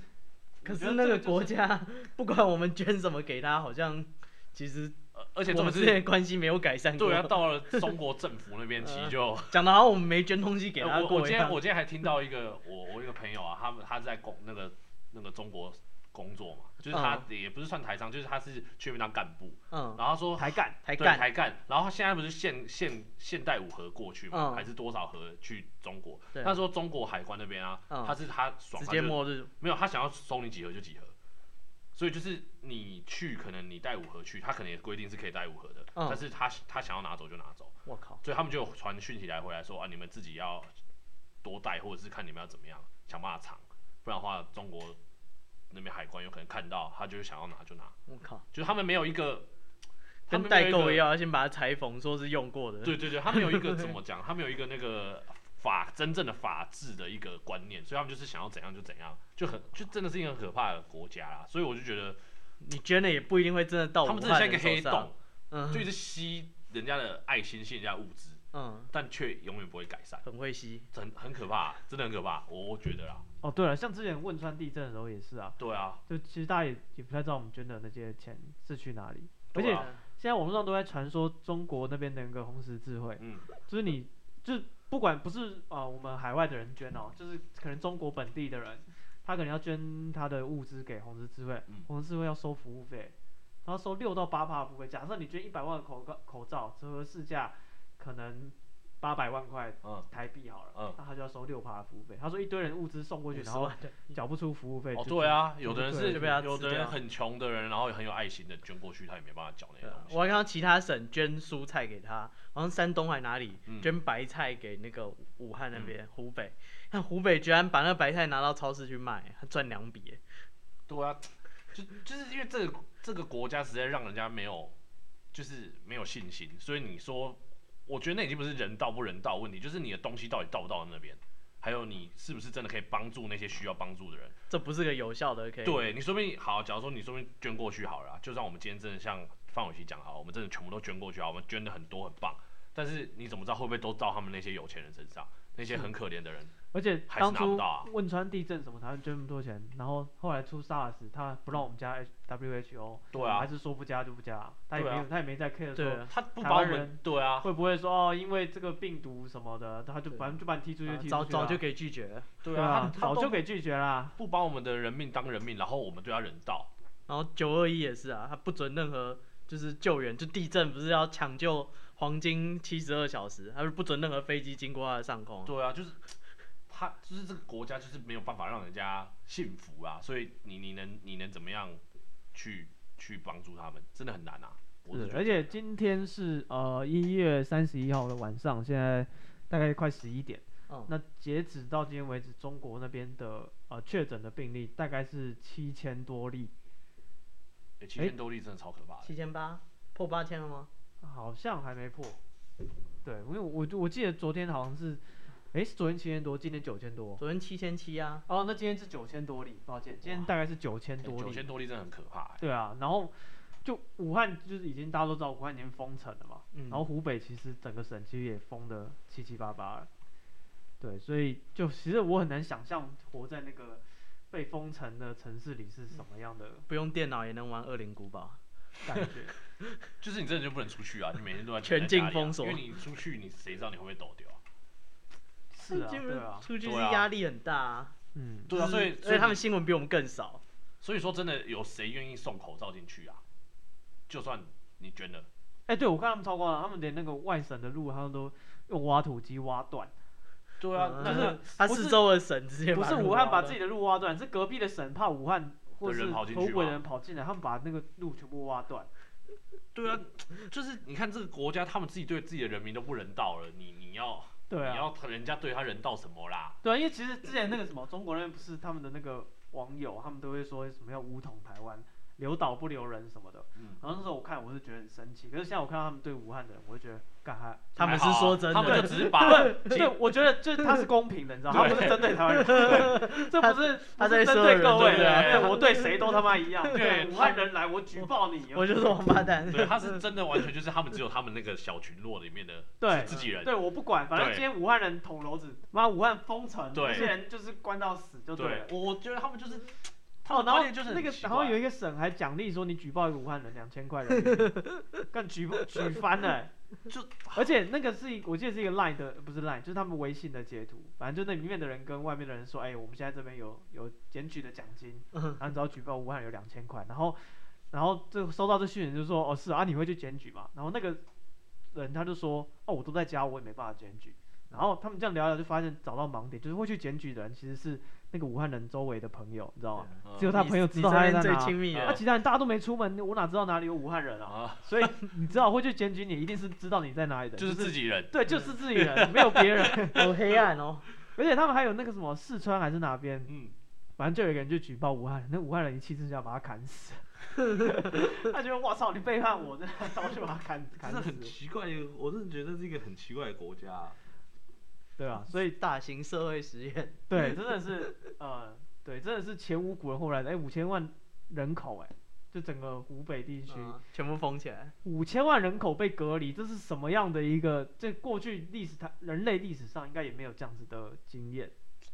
Speaker 2: 可
Speaker 1: 我觉
Speaker 2: 是
Speaker 1: 得
Speaker 2: 那
Speaker 1: 这
Speaker 2: 个
Speaker 1: 就
Speaker 2: 国
Speaker 1: 是，
Speaker 2: 家，不管我们捐什么给他，好像其实
Speaker 3: 呃而且
Speaker 2: 我
Speaker 3: 重
Speaker 2: 们
Speaker 3: 点
Speaker 2: 之
Speaker 3: 是，
Speaker 2: 间的关系没有改善过。
Speaker 3: 对啊，到了中国政府那边，其实就。
Speaker 2: 讲的好像我们没捐东西给
Speaker 3: 呃
Speaker 2: 他
Speaker 3: 我我
Speaker 2: 过一
Speaker 3: 今天
Speaker 2: 样。
Speaker 3: 我今天还听到一个我我一个朋友啊，他们他在工那个那个中国工作嘛，就是他也不是算台商，就是他是去那边当干部，
Speaker 2: 嗯，
Speaker 3: 然后他说
Speaker 1: 台干
Speaker 2: 台
Speaker 3: 对
Speaker 2: 干，
Speaker 3: 台干，然后他现在不是现现现代五核过去嘛，
Speaker 2: 嗯
Speaker 3: 还是多少核去中国？
Speaker 2: 对
Speaker 3: 他说中国海关那边啊，
Speaker 2: 嗯
Speaker 3: 他是他爽
Speaker 2: 直
Speaker 3: 他
Speaker 2: 接
Speaker 3: 就
Speaker 2: 末日。
Speaker 3: 没有，他想要收你几盒就几盒，所以就是你去，可能你带五盒去，他可能也规定是可以带五盒的，
Speaker 2: 嗯
Speaker 3: 但是他他想要拿走就拿走，
Speaker 2: 我靠，
Speaker 3: 所以他们就有传讯息来回来说啊，你们自己要多带，或者是看你们要怎么样，想办法藏，不然的话中国那边海关有可能看到，他就是想要拿就拿，
Speaker 2: 我靠，
Speaker 3: 就是他们没有一个他
Speaker 2: 跟
Speaker 3: 们没有
Speaker 2: 代购一
Speaker 3: 个，
Speaker 2: 样，要先把它裁缝，说是用过的。
Speaker 3: 对对对，他们有一
Speaker 2: [laughs]
Speaker 3: 个怎么讲，他们有一个那个。法真正的法治的一个观念，所以他们就是想要怎样就怎样，就很就真的是一个很可怕的国家啦。所以我就觉得
Speaker 2: 你捐了也不一定会真的到
Speaker 3: 他
Speaker 2: 武
Speaker 3: 们真的
Speaker 2: 汉
Speaker 3: 像一个
Speaker 2: 人
Speaker 3: 黑
Speaker 2: 手上。
Speaker 3: 洞，
Speaker 2: 嗯
Speaker 3: 就一直吸人家的爱心，吸人家的物资，
Speaker 2: 嗯，
Speaker 3: 但却永远不会改善，
Speaker 2: 很会吸。
Speaker 3: 这很很可怕，真的很可怕，我我觉得啦，
Speaker 1: 哦，对了，像之前汶川地震的时候也是啊，
Speaker 3: 对啊，
Speaker 1: 就其实大家也也不太知道我们捐的那些钱是去哪里，而
Speaker 3: 对
Speaker 1: 且
Speaker 3: 啊
Speaker 1: 现在网络上都在传说中国那边的那个红十字会，
Speaker 3: 嗯，
Speaker 1: 就是你就是不管不是啊、呃我们海外的人捐哦，就是可能中国本地的人，他可能要捐他的物资给红十字会
Speaker 3: 嗯，
Speaker 1: 红十字会要收服务费，然后收六到八趴的部分。假设你捐一百万的口罩口罩，折合市价可能八百万块
Speaker 3: 嗯，
Speaker 1: 台币好了，
Speaker 3: 嗯
Speaker 1: 那他就要收六趴的服务费。他说一堆人物资送过去，
Speaker 2: 50
Speaker 1: 然后
Speaker 2: 万的
Speaker 1: 缴不出服务费。
Speaker 3: 哦，
Speaker 1: 就
Speaker 3: 对啊，有的人，
Speaker 1: 就是
Speaker 2: 就被他吃
Speaker 3: 有的
Speaker 2: 掉
Speaker 3: 人很穷的人，然后很有爱心的捐过去，他也没办法缴那些
Speaker 2: 对啊
Speaker 3: 东西。
Speaker 2: 我还看到其他省捐蔬菜给他，好像山东还哪里、
Speaker 3: 嗯
Speaker 2: 捐白菜给那个武汉那边、湖北，那湖北居然把那白菜拿到超市去卖，他赚两笔耶。
Speaker 3: 对啊，就就是因为这个这个国家实在让人家没有，就是没有信心，所以你说，我觉得那已经不是人道不人道的问题，就是你的东西到底到不到那边，还有你是不是真的可以帮助那些需要帮助的人。
Speaker 2: 这不是个有效的可以。啊
Speaker 3: 对你说不定好，假如说你说不定捐过去好了啊啦，就算我们今天真的像范玮琪讲好了，我们真的全部都捐过去啊好，我们捐的很多很棒，但是你怎么知道会不会都到他们那些有钱人身上，那些很可怜的人？
Speaker 1: 而且
Speaker 3: 还
Speaker 1: 当
Speaker 3: 是拿不
Speaker 1: 初
Speaker 3: 到啊
Speaker 1: 汶川地震什么，台湾捐那么多钱，然后后来出 SARS，他不让我们加 H- WHO，
Speaker 3: 对啊
Speaker 1: 还是说不加就不加，他也没
Speaker 3: 对啊
Speaker 1: 有，他也没在 care
Speaker 2: 对
Speaker 1: 说
Speaker 2: 啊
Speaker 3: 他不
Speaker 1: 台
Speaker 3: 把我
Speaker 1: 湾
Speaker 3: 们
Speaker 1: 人
Speaker 3: 对啊，
Speaker 1: 会不会说哦，因为这个病毒什么的，他就
Speaker 2: 对
Speaker 1: 反正就把你踢出去，
Speaker 2: 啊，
Speaker 1: 踢出去
Speaker 2: 早
Speaker 1: 啊
Speaker 2: 早就给拒绝了，
Speaker 3: 对
Speaker 1: 对啊
Speaker 3: 啊，，他
Speaker 1: 早就
Speaker 3: 给。
Speaker 1: 给拒绝啦。
Speaker 3: 不把我们的人命当人命，然后我们对他人道。
Speaker 2: 然后九二一也是啊，他不准任何就是救援，就地震不是要抢救黄金七十二小时，他是不准任何飞机经过他的上空啊。
Speaker 3: 对啊，就是他就是这个国家就是没有办法让人家幸福啊，所以你你能你能怎么样去去帮助他们，真的很难啊。我是
Speaker 1: 是，
Speaker 3: 觉得
Speaker 1: 而且今天是呃一月三十一号的晚上，现在大概快十一点。
Speaker 2: 嗯，
Speaker 1: 那截止到今天为止，中国那边的呃确诊的病例大概是七千多例，
Speaker 3: 诶七千欸多例真的超可怕的。
Speaker 2: 七千八破八千了吗？
Speaker 1: 好像还没破。对，因为我我记得昨天好像是，诶，是昨天七千多，今天九千多。
Speaker 2: 昨天七千七啊，
Speaker 1: 哦，那今天是九千多例，抱歉，今天
Speaker 3: 哇
Speaker 1: 大概是九千多
Speaker 3: 九
Speaker 1: 例
Speaker 3: 千。多例真的很可怕、欸。
Speaker 1: 对啊，然后就武汉就是已经大家都知道武汉已经封城了嘛，
Speaker 2: 嗯
Speaker 1: 然后湖北其实整个省其实也封的七七八八了，对，所以就其实我很难想象活在那个被封城的城市里是什么样的
Speaker 2: 不用电脑也能玩《恶灵古堡》。
Speaker 1: 感觉。
Speaker 3: 就是你真的就不能出去啊，你每天都在
Speaker 2: 全
Speaker 3: 待在家
Speaker 2: 境
Speaker 3: 里啊
Speaker 2: 封锁
Speaker 3: 因为你出去，你谁知道你会不会抖掉啊？
Speaker 1: 是
Speaker 2: [laughs]
Speaker 1: 啊，
Speaker 2: 基本
Speaker 1: 对
Speaker 2: 上
Speaker 1: 啊，
Speaker 2: 出去是
Speaker 3: 对啊
Speaker 2: 压力很大、啊。
Speaker 1: 嗯，
Speaker 3: 对啊，
Speaker 2: 就是
Speaker 3: 所以
Speaker 2: 而
Speaker 3: 所
Speaker 2: 且他
Speaker 3: 以他
Speaker 2: 们
Speaker 3: 们
Speaker 2: 新闻比我们更少。
Speaker 3: 所以说真的有谁愿意送口罩进去啊？就算你捐了，
Speaker 1: 哎、对我看他们超夸张，他们连那个外省的路他们都用挖土机挖断，
Speaker 3: 对啊，
Speaker 2: 嗯
Speaker 3: 但
Speaker 1: 就是
Speaker 2: [laughs]
Speaker 3: 是
Speaker 2: 他
Speaker 1: 不是
Speaker 2: 四周的省直接
Speaker 1: 不
Speaker 2: 把
Speaker 1: 是
Speaker 2: 路
Speaker 1: 武
Speaker 2: 挖
Speaker 1: 汉把
Speaker 2: 断
Speaker 1: 自己的路挖断，是隔壁的省怕武汉或
Speaker 3: 的人
Speaker 1: 是
Speaker 3: 跑进
Speaker 1: 湖
Speaker 3: 去
Speaker 1: 北
Speaker 3: 嘛
Speaker 1: 人跑进来，他们把那个路全部挖断。
Speaker 3: 对啊，就是你看这个国家，他们自己对自己的人民都不人道了，你你要、
Speaker 1: 对啊
Speaker 3: 你，要人家对他人道什么啦？
Speaker 1: 对啊，因为其实之前那个什么中国那边不是他们的那个网友，他们都会说什么要武统台湾，留岛不留人什么的。
Speaker 3: 嗯，
Speaker 1: 然后那时候我看我是觉得很生气，可是现在我看到他们对武汉的人，我就觉得干他。
Speaker 2: 他们是
Speaker 3: 还好啊
Speaker 2: 说真的
Speaker 3: 他们就只是把
Speaker 1: 对，对
Speaker 3: 对
Speaker 1: 我觉得就是他是公平的，你知道，
Speaker 3: 对
Speaker 1: 他不是针对台湾人，对
Speaker 3: [laughs]
Speaker 1: 这不是
Speaker 2: 他
Speaker 1: 不
Speaker 2: 在
Speaker 1: 是针
Speaker 2: 说人
Speaker 1: 对各位啊
Speaker 3: 对不对
Speaker 1: 对我对谁都他妈一样。
Speaker 3: 对
Speaker 1: 武汉人来我举报你，
Speaker 2: [laughs] 我就是王八蛋。
Speaker 3: [laughs] 对，他是真的完全就是他们只有他们那个小群落里面的
Speaker 1: 对
Speaker 3: 是自己人，
Speaker 1: 对我不管，反正
Speaker 3: 对
Speaker 1: 今天武汉人捅娄子，妈武汉封城，
Speaker 3: 对
Speaker 1: 这些人就是关到死就了
Speaker 3: 对，。我我觉得他们就是他
Speaker 1: 哦，
Speaker 3: 们
Speaker 1: 然
Speaker 3: 观
Speaker 1: 后
Speaker 3: 念就是
Speaker 1: 那
Speaker 3: 很
Speaker 1: 个
Speaker 3: 奇，怪
Speaker 1: 然后有一个省还奖励说你举报一个武汉人两千块人民币，
Speaker 3: [laughs]
Speaker 1: 更举不举翻了欸、
Speaker 3: 就
Speaker 1: 而且那个是一我记得是一个 Line 的，不是 Line，就是他们微信的截图，反正就那里面的人跟外面的人说，哎、我们现在这边有有检举的奖金，
Speaker 3: 嗯
Speaker 1: 然后你只要举报武汉有两千块，然后然后这收到这讯息就说，哦是啊，你会去检举嘛？然后那个人他就说，哦我都在家，我也没办法检举。然后他们这样聊聊就发现找到盲点，就是会去检举的人其实是那个武汉人周围的朋友，你知道吗？
Speaker 3: 嗯
Speaker 2: 啊
Speaker 1: 只有他朋友知
Speaker 2: 你
Speaker 1: 道
Speaker 2: 身
Speaker 1: 他在
Speaker 2: 边
Speaker 1: 哪。
Speaker 2: 最亲密
Speaker 3: 对
Speaker 1: 那 [laughs]
Speaker 2: 的
Speaker 3: 啊，
Speaker 1: 其他人大家都没出门，我哪知道哪里有武汉人啊？
Speaker 3: 啊，
Speaker 1: 所以 [laughs] 你知道会去检举你，一定是知道你在哪里的，
Speaker 3: 就是 [laughs] 自己人，
Speaker 1: 对，就是自己人，没有别人。 [laughs]
Speaker 2: 好黑暗哦。
Speaker 1: 而且他们还有那个什么四川还是哪边，
Speaker 3: 嗯，
Speaker 1: 反正就有一个人就举报武汉人，那武汉人一气之下把他砍死。 [laughs] 他觉得我操，你背叛我，那刀就把他砍砍
Speaker 3: 这
Speaker 1: 死
Speaker 3: 是，很奇怪的，我真的觉得这是一个很奇怪的国家啊、
Speaker 1: 对啊，所
Speaker 2: [laughs] 所以
Speaker 1: 以
Speaker 2: 大型社会实验，
Speaker 1: 对，真的是呃，对，真的是前无古人后无来者，哎，五千万人口，哎，就整个湖北地区，
Speaker 2: 嗯全部封起来。
Speaker 1: 五千万人口被隔离，这是什么样的一个？这过去历史它人类历史上应该也没有这样子的经验。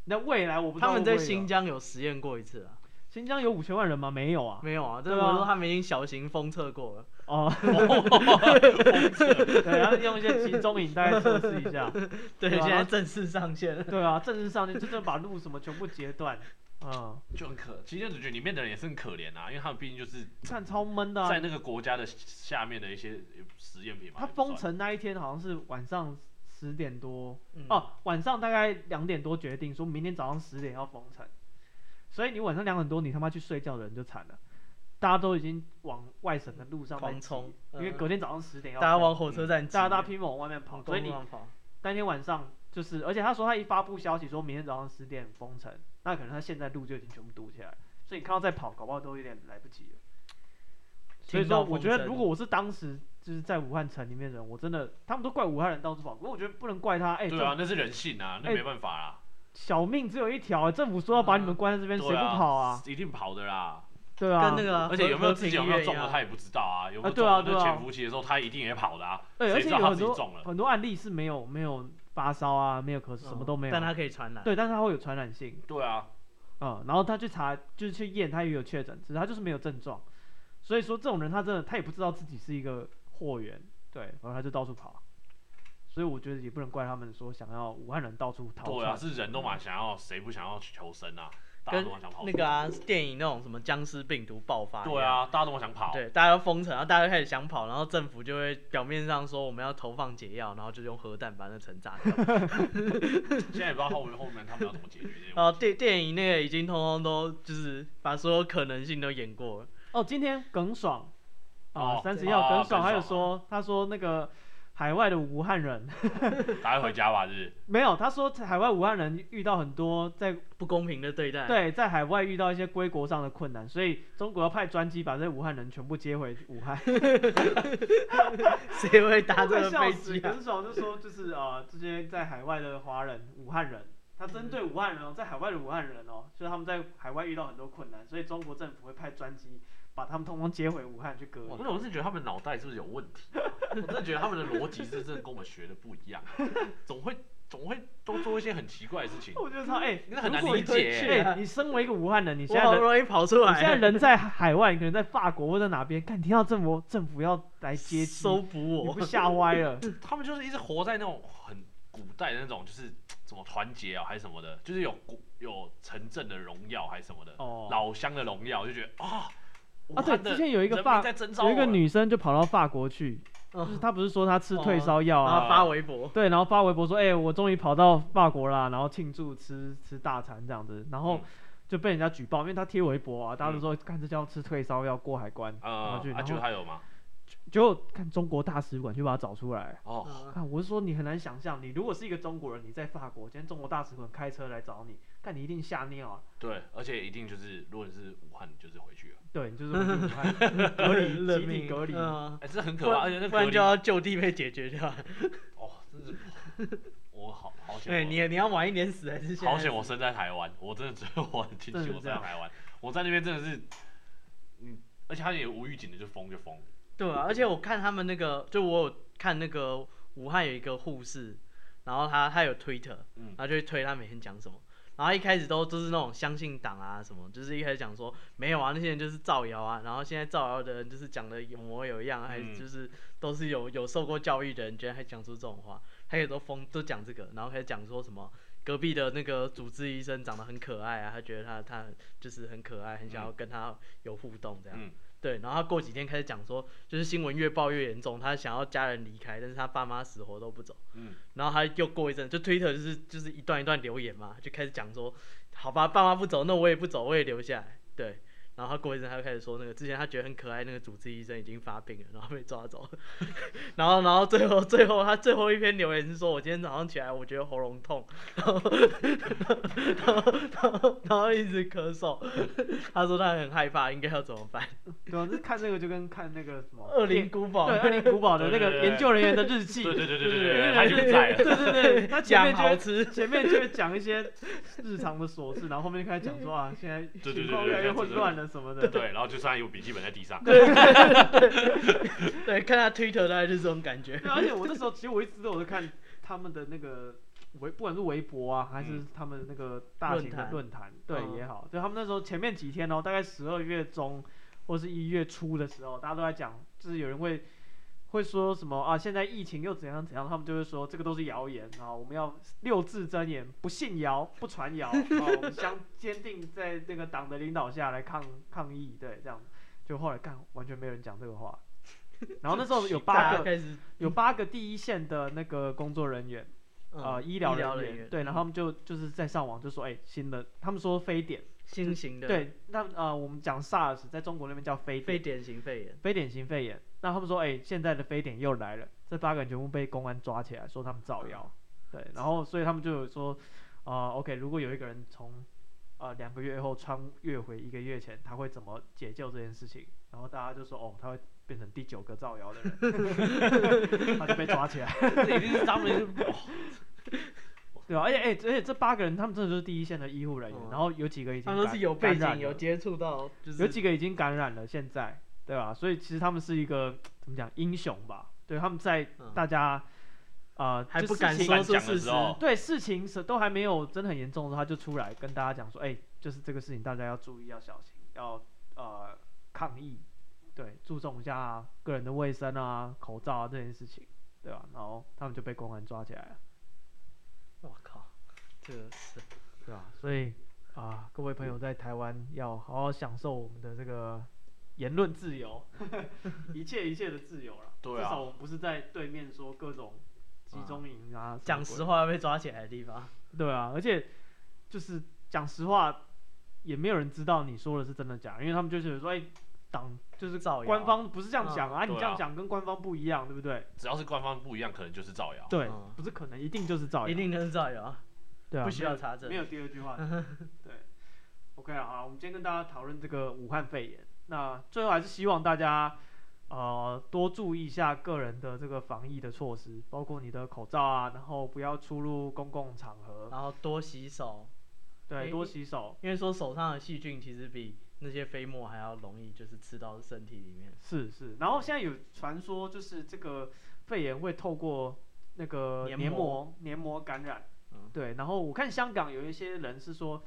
Speaker 1: 那未来我不知道
Speaker 2: 他们在
Speaker 1: 会不会有
Speaker 2: 新疆有实验过一次啊？
Speaker 1: 新疆有五千万人吗？没有啊。
Speaker 2: 没有啊，这
Speaker 1: 对啊
Speaker 2: 我说他们已经小型封测过了。
Speaker 1: [laughs] 哦，对，然后用一些集中营大概测试一 [laughs] 下。
Speaker 2: 对，
Speaker 1: 对啊
Speaker 2: 现在正式上线了。
Speaker 1: 对啊，政治上就真正把路什么全部截断，嗯，
Speaker 3: 就很可，其实就觉得里面的人也是很可怜啊，因为他们毕竟就是
Speaker 1: 看超闷的、
Speaker 3: 在
Speaker 1: 啊。
Speaker 3: 那个国家的下面的一些呃实验品嘛。
Speaker 1: 它
Speaker 3: 也不
Speaker 1: 封
Speaker 3: 算
Speaker 1: 城那一天好像是晚上十点多，
Speaker 2: 嗯
Speaker 1: 哦，晚上大概两点多决定，说明天早上十点要封城，所以你晚上两点多你他妈去睡觉的人就惨了，大家都已经往外省的路上在
Speaker 2: 狂
Speaker 1: 挤
Speaker 2: 冲，
Speaker 1: 因为
Speaker 2: 嗯
Speaker 1: 隔天早上十点要
Speaker 2: 大家
Speaker 1: 开
Speaker 2: 往火车站挤，
Speaker 1: 大家大拼命往外面跑，
Speaker 2: 往
Speaker 1: 所以
Speaker 2: 公
Speaker 1: 你
Speaker 2: 路上跑，
Speaker 1: 当天晚上就是，而且他说他一发布消息说明天早上十点封城，那可能他现在路就已经全部堵起来了，所以你看到再跑，搞不好都有点来不及了。所以
Speaker 2: 听到
Speaker 1: 说，我
Speaker 2: 风
Speaker 1: 觉得
Speaker 2: 声
Speaker 1: 如果我是当时就是在武汉城里面的人，我真的他们都怪武汉人到处跑，不过我觉得不能怪他，哎、
Speaker 3: 对啊，那是人性啊，那
Speaker 1: 哎
Speaker 3: 没办法啦，
Speaker 1: 小命只有一条、政府说要把你们
Speaker 2: 嗯
Speaker 1: 关在这边，谁、
Speaker 3: 对
Speaker 1: 不跑啊？
Speaker 3: 一定跑的啦。
Speaker 1: 对啊，
Speaker 2: 跟那个啊
Speaker 3: 而且有没有自己有没有中？
Speaker 2: 和
Speaker 3: 的，
Speaker 2: 和
Speaker 3: 他也不知道啊，有
Speaker 1: 啊
Speaker 3: 没有
Speaker 1: 对
Speaker 3: 中
Speaker 1: 啊
Speaker 3: 了
Speaker 1: 对
Speaker 3: 那
Speaker 1: 啊
Speaker 3: 潜伏期的时候，他一定也跑的啊，
Speaker 1: 对，而
Speaker 3: 谁
Speaker 1: 且
Speaker 3: 知道
Speaker 1: 有
Speaker 3: 他
Speaker 1: 很
Speaker 3: 自己
Speaker 1: 多
Speaker 3: 中了？
Speaker 1: 很多案例是没有没有发烧啊，没有咳嗽，
Speaker 2: 平
Speaker 1: 什
Speaker 2: 安
Speaker 3: 嗯
Speaker 1: 么都没有，
Speaker 2: 但它可以传染。
Speaker 1: 对，但是它会有传染性。
Speaker 3: 对啊，
Speaker 1: 嗯，然后他去查，就是去验，他也有确诊，只是他就是没有症状。所以说这种人，他真的他也不知道自己是一个货源，对，然后他就到处跑。所以我觉得也不能怪他们说想要武汉人到处逃
Speaker 3: 对
Speaker 1: 窜。
Speaker 3: 啊，是人都嘛想要，谁不想要去求生啊？大家
Speaker 2: 跟
Speaker 3: 都嘛想跑。
Speaker 2: 那个啊，电影那种什么僵尸病毒爆发，
Speaker 3: 对，啊，大家都嘛想跑。
Speaker 2: 对，大家都封城，然后大家就开始想跑，然后政府就会表面上说我们要投放解药，然后就用核弹把那城炸
Speaker 3: [laughs]
Speaker 2: 掉。
Speaker 3: 现在也不知道后面后面他们要怎么解决
Speaker 1: [laughs]
Speaker 3: 这些
Speaker 1: 哦
Speaker 2: 然
Speaker 3: 问
Speaker 2: 后
Speaker 3: 题。
Speaker 2: 电电影那个已经通通都就是把所有可能性都演过了，
Speaker 1: 哦，今天耿爽啊，
Speaker 3: 哦
Speaker 1: 三十
Speaker 3: 对
Speaker 1: 号
Speaker 3: 啊
Speaker 1: 耿
Speaker 3: 耿
Speaker 1: 爽还有
Speaker 3: 爽啊
Speaker 1: 说，他说那个海外的武汉人
Speaker 3: 赶快回家吧，是
Speaker 1: 没有，他说海外武汉人遇到很多在
Speaker 2: 不公平的对
Speaker 3: 哎
Speaker 2: 待。，
Speaker 1: 对在海外遇到一些归国上的困难，所以中国要派专机把这武汉人全部接回武汉。
Speaker 2: 谁会搭这
Speaker 1: 快
Speaker 2: 个
Speaker 1: 笑
Speaker 2: 飞
Speaker 1: 死！
Speaker 2: 机
Speaker 1: 耿
Speaker 2: 啊？
Speaker 1: 爽就说，就是呃，这些在海外的华人、武汉人，他针对武汉人哦，在海外的武汉人哦，就是他们在海外遇到很多困难，所以中国政府会派专机把他们通通接回武汉去隔
Speaker 3: 不是？我
Speaker 1: 离。
Speaker 3: 总是觉得他们脑袋是不是有问题啊、我真的觉得他们的逻辑是真的跟我们学的不一样，总会总会都做一些很奇怪的事情。
Speaker 1: 我觉
Speaker 3: [laughs]
Speaker 1: 得他哎，
Speaker 3: 那很难啊
Speaker 1: 如果
Speaker 3: 理解
Speaker 1: 你
Speaker 2: 欸
Speaker 1: 哎，你身为一个武汉人，你现
Speaker 2: 我
Speaker 1: 在
Speaker 2: 好
Speaker 1: 人
Speaker 2: 不容易跑出
Speaker 1: 你现
Speaker 3: 啊
Speaker 1: 在
Speaker 2: 来，
Speaker 1: 人在海外，你可能在法国或在哪边，看听到政府政府要来接机，
Speaker 2: 搜捕
Speaker 1: 你
Speaker 2: 我
Speaker 1: 不。
Speaker 2: [laughs]
Speaker 1: 吓歪了？
Speaker 3: 他们就是一直活在那种很古代的那种，就是怎么团结啊，还是什么的，就是有古有城镇的荣耀还是什么的，
Speaker 1: 哦
Speaker 3: [laughs] 老乡的荣耀，就觉得啊，武
Speaker 1: 啊，对，
Speaker 3: 汉的
Speaker 1: 之前有一个
Speaker 3: 人哦
Speaker 1: 法
Speaker 3: 民在征召
Speaker 1: 有一个
Speaker 3: 我们，
Speaker 1: 女生就跑到法国去，就是
Speaker 2: 嗯
Speaker 1: 她不是说她吃退烧药
Speaker 2: 然
Speaker 1: 啊，
Speaker 2: 后发微博，
Speaker 1: 对，然后发微博说，哎、我终于跑到法国啦，然后庆祝吃吃大餐这样子，然后
Speaker 3: 嗯
Speaker 1: 就被人家举报，因为他贴微博啊，大家都说看这叫吃退烧药过海关，然
Speaker 3: 呃
Speaker 1: 后去，
Speaker 3: 啊，
Speaker 1: 然
Speaker 3: 就
Speaker 1: 后
Speaker 3: 他有吗？
Speaker 1: 结果看中国大使馆就把他找出来。啊
Speaker 3: 哦，
Speaker 2: 嗯
Speaker 1: 看，我是说你很难想象，你如果是一个中国人，你在法国，今天中国大使馆开车来找你，看你一定吓尿啊！
Speaker 3: 对，而且一定就是，如果你是武汉，你就是回去了，
Speaker 1: 对，你就是回去武
Speaker 3: [laughs]
Speaker 1: 汉隔离，
Speaker 2: 人
Speaker 1: 集体
Speaker 2: 命
Speaker 1: 隔离。
Speaker 2: 嗯
Speaker 3: 哎，这很
Speaker 2: 不
Speaker 3: 可怕，而且那
Speaker 2: 然不
Speaker 3: 隔
Speaker 2: 然
Speaker 3: 离
Speaker 2: 就，要就地被解决掉。
Speaker 3: 哦，真是，
Speaker 1: [laughs]
Speaker 3: 我好好险，
Speaker 2: 对，你你要晚一点死还是现在
Speaker 3: 好险我生在台湾，我真的觉得我很庆幸我生在台湾，我在那边真的是，嗯，而且他也无预警的就封就封，
Speaker 2: 对啊，而且我看他们那个，就我有看那个武汉有一个护士，然后他他有 Twitter，
Speaker 3: 嗯
Speaker 2: 然后就会推他每天讲什么。然后一开始都都是那种相信党啊什么，就是一开始讲说没有啊，那些人就是造谣啊。然后现在造谣的人就是讲的有模有样，啊还
Speaker 3: 嗯
Speaker 2: 就是都是有有受过教育的人，居然还讲出这种话，他也都疯都讲这个，然后开始讲说什么隔壁的那个主治医生长得很可爱啊，他觉得他他就是很可爱，很想要跟他有互动这样。
Speaker 3: 嗯
Speaker 2: 对，然后他过几天开始讲说，就是新闻越报越严重，他想要家人离开，但是他爸妈死活都不走。
Speaker 3: 嗯，
Speaker 2: 然后他又过一阵，就 Twitter 就是就是一段一段留言嘛，就开始讲说，好吧，爸妈不走，那我也不走，我也留下来。对，然后他过一阵，他就开始说那个之前他觉得很可爱那个主治医生已经发病了，然后被抓走了。 [laughs] 然后然后最后最后他最后一篇留言是说，我今天早上起来我觉得喉咙痛，然后然后然后然后一直咳嗽， [laughs] 他说他很害怕，应该要怎么办？
Speaker 1: 对啊，这看这个就跟看那个什么
Speaker 2: 恶灵古堡
Speaker 3: [laughs]
Speaker 1: 对恶灵古堡的那
Speaker 3: 对对
Speaker 1: 个
Speaker 3: 对
Speaker 1: 研究人员的日记，
Speaker 3: 对对对对对
Speaker 2: 对
Speaker 1: [laughs]
Speaker 3: 对，
Speaker 2: 对
Speaker 3: 他就不在了，
Speaker 1: 对对对，他前
Speaker 2: [laughs] 讲
Speaker 1: 面就
Speaker 2: 好
Speaker 1: 会
Speaker 2: 吃，
Speaker 1: 前面就会讲一些日常的琐事，然后后面就开始讲说啊，现在
Speaker 3: 对对
Speaker 1: 情况
Speaker 3: 对
Speaker 1: 越
Speaker 3: 对
Speaker 1: 来越
Speaker 3: 对
Speaker 1: 混
Speaker 3: 对
Speaker 1: 乱了什么的。
Speaker 3: 对，然后就算有笔记本在地上，
Speaker 2: 对，看他 Twitter 大概就是这种感觉。
Speaker 1: 对，而且我那时候其实我一直都有在看他们的那个微，不管是微博啊，还是
Speaker 3: 嗯
Speaker 1: 他们那个大型的论坛，对
Speaker 2: 嗯
Speaker 1: 也好，对他们那时候前面几天哦，大概十二月中或是一月初的时候，大家都在讲，就是有人会会说什么啊？现在疫情又怎样怎样？他们就会说这个都是谣言啊！我们要六字真言：不信谣，不传谣。啊，我们相坚定在那个党的领导下来抗抗议，对，这样。就后来干，完全没有人讲这个话。 [laughs] 然后那时候有八
Speaker 2: 大家
Speaker 1: 个
Speaker 2: 开始
Speaker 1: 有八个第一线的那个工作人员，呃，医疗
Speaker 2: 嗯人
Speaker 1: 人员，对，嗯然后他们就就是在上网就说，哎、新的，他们说非典，
Speaker 2: 新型的
Speaker 1: 对，那呃，我们讲 SARS 在中国那边叫非
Speaker 2: 非
Speaker 1: 典，
Speaker 2: 典型肺炎，
Speaker 1: 非典型肺炎。那他们说，哎、现在的非典又来了，这八个人全部被公安抓起来，说他们造谣，对，然后所以他们就有说，啊、o k 如果有一个人从呃两个月后穿越回一个月前，他会怎么解救这件事情？然后大家就说，哦，他会变成第九个造谣的人， [laughs] 他就被抓起来。
Speaker 3: 这一定是他
Speaker 2: [laughs]
Speaker 3: 们哇
Speaker 1: 对啊，而且哎、而且这八个人他们真的就是第一线的医护人员，
Speaker 2: 嗯
Speaker 1: 然后有几个已经
Speaker 2: 他们都
Speaker 1: 感
Speaker 2: 是有背
Speaker 1: 感
Speaker 2: 景
Speaker 1: 染
Speaker 2: 有
Speaker 1: 了
Speaker 2: 接触到，就是
Speaker 1: 有几个已经感染了，现在对吧？所以其实他们是一个怎么讲英雄吧？对，他们在
Speaker 2: 嗯
Speaker 1: 大家啊、呃、
Speaker 2: 还
Speaker 1: 就
Speaker 2: 不
Speaker 1: 事
Speaker 2: 敢
Speaker 1: 情
Speaker 2: 说
Speaker 3: 讲
Speaker 2: 出
Speaker 3: 的
Speaker 2: 事实
Speaker 3: 时，候
Speaker 1: 对事情是都还没有真的很严重的时候，他就出来跟大家讲说，哎、就是这个事情大家要注意，要小心，要呃抗议，对，注重一下个人的卫生啊、口罩啊这件事情，对吧？然后他们就被公安抓起来了。
Speaker 2: 我靠，这个是
Speaker 1: 对啊，所以啊，各位朋友在台湾要好好享受我们的这个言论自由， [laughs] 一切一切的自由了。
Speaker 3: 对啊
Speaker 1: 至少我们不是在对面说各种集中营啊，什么
Speaker 2: 讲
Speaker 1: 鬼
Speaker 2: 实。话被抓起来的地方，
Speaker 1: 对啊，而且就是讲实话，也没有人知道你说的是真的假的，因为他们就是说，哎、党 [laughs] 就是
Speaker 2: 造谣
Speaker 1: 官方不是这样讲啊，啊你
Speaker 3: 对啊
Speaker 1: 这样讲跟官方不一样，对不对？啊
Speaker 3: 只要是官方不一样，可能就是造谣。
Speaker 1: 对，
Speaker 2: 嗯
Speaker 1: 不是可能，一定就是造谣，
Speaker 2: 一定都是造谣，
Speaker 1: 对啊，
Speaker 2: 不需要查证
Speaker 1: 没。有第二句
Speaker 2: [laughs]
Speaker 1: 话。对，OK 了，好，我们今天跟大家讨论这个武汉肺炎。那最后还是希望大家呃多注意一下个人的这个防疫的措施，包括你的口罩啊，然后不要出入公共场合，
Speaker 2: 然后多洗手，
Speaker 1: 对，
Speaker 2: 诶
Speaker 1: 多洗手。
Speaker 2: 因为说手上的细菌其实比那些飞沫还要容易，就是吃到身体里面。
Speaker 1: 是是，然后现在有传说，就是这个肺炎会透过那个
Speaker 2: 黏
Speaker 1: 黏
Speaker 2: 膜
Speaker 1: 膜黏膜感染，
Speaker 2: 嗯
Speaker 1: 对。然后我看香港有一些人是说，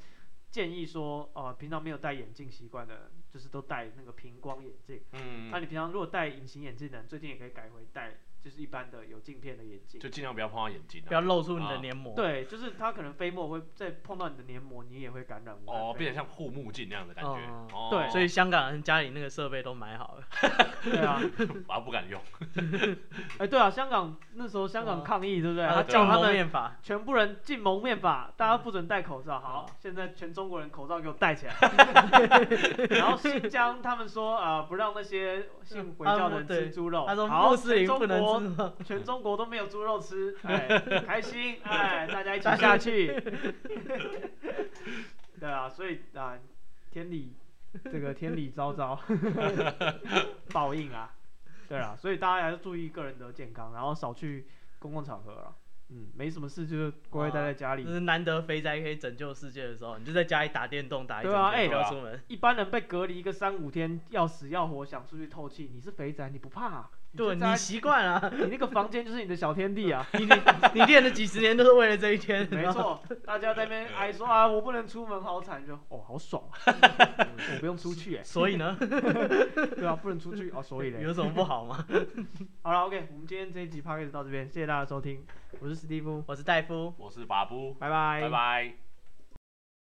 Speaker 1: 建议说，呃，平常没有戴眼镜习惯的人，就是都戴那个平光眼镜。
Speaker 3: 嗯
Speaker 1: 那、，你平常如果戴隐形眼镜的人，最近也可以改回戴就是一般的有镜片的眼镜。
Speaker 3: 就尽量不要碰到眼睛
Speaker 2: 不要
Speaker 3: 啊。
Speaker 2: 露出你的
Speaker 3: 啊
Speaker 2: 黏膜。，
Speaker 1: 对，就是它可能飞沫会再碰到你的黏膜，你也会感染。
Speaker 3: 哦，变
Speaker 1: 变
Speaker 3: 得像护目镜那样的感觉
Speaker 2: 嗯。
Speaker 3: 哦，
Speaker 1: 对
Speaker 2: 所以香港人家里那个设备都买好了。
Speaker 1: 对啊，
Speaker 3: 啊不敢用。
Speaker 1: 哎、对啊，香港那时候香港
Speaker 2: 哦
Speaker 1: 抗议，对不对？
Speaker 2: 还
Speaker 1: 他
Speaker 2: 有
Speaker 1: 叫
Speaker 2: 禁
Speaker 1: 他
Speaker 2: 蒙
Speaker 1: 们
Speaker 2: 面法，
Speaker 1: 全部人禁蒙面法，大家不准戴口罩。好
Speaker 2: 嗯，
Speaker 1: 现在全中国人口罩给我戴
Speaker 2: [laughs]
Speaker 1: 起来。 [laughs] 然后新疆他们说啊、呃不让那些信回教的人
Speaker 2: 他们
Speaker 1: 吃
Speaker 2: 对
Speaker 1: 猪肉。
Speaker 2: 他说
Speaker 1: 好，
Speaker 2: 穆斯
Speaker 1: 全
Speaker 2: 林
Speaker 1: 中
Speaker 2: 不能
Speaker 1: 国
Speaker 2: 吃
Speaker 1: [laughs]
Speaker 2: 肉。
Speaker 1: 全中国都没有猪肉吃， [laughs] 哎，开心，哎，大家一起下 [laughs] 去。对啊，所以啊，天理这个天理昭 [laughs] 昭，报应啊。对啊，所以大家还是注意个人的健康，然后少去公共场合啊。嗯，没什么事就是乖乖待在家里
Speaker 2: 啊就。是难得肥宅可以拯救世界的时候，你就在家里打电动打一整
Speaker 1: 对啊
Speaker 2: 天，
Speaker 1: 哎
Speaker 2: 不要出门。
Speaker 1: 一般人被隔离一个三五天，要死要活，想出去透气。你是肥宅，你不怕、啊？
Speaker 2: 对
Speaker 1: 你就在
Speaker 2: 你习惯了， [laughs]
Speaker 1: 你那个房间就是你的小天地啊。
Speaker 2: 你你你练了几十年都是为了这一天。
Speaker 1: [laughs] 没错，大家在那边哀说啊，我不能出门，好惨，就哦，好爽 [laughs] 啊，我不用出去哎、
Speaker 2: [laughs] 所以呢，
Speaker 1: 对啊，不能出去哦，所以嘞
Speaker 2: [laughs] 有，什么不好吗？
Speaker 1: 好了，OK，我们今天这一集 p o d c a s t 到这边，谢谢大家收听，我是史蒂夫，
Speaker 2: 我是戴夫，
Speaker 3: 我是把布，
Speaker 1: 拜拜，
Speaker 3: 拜。拜。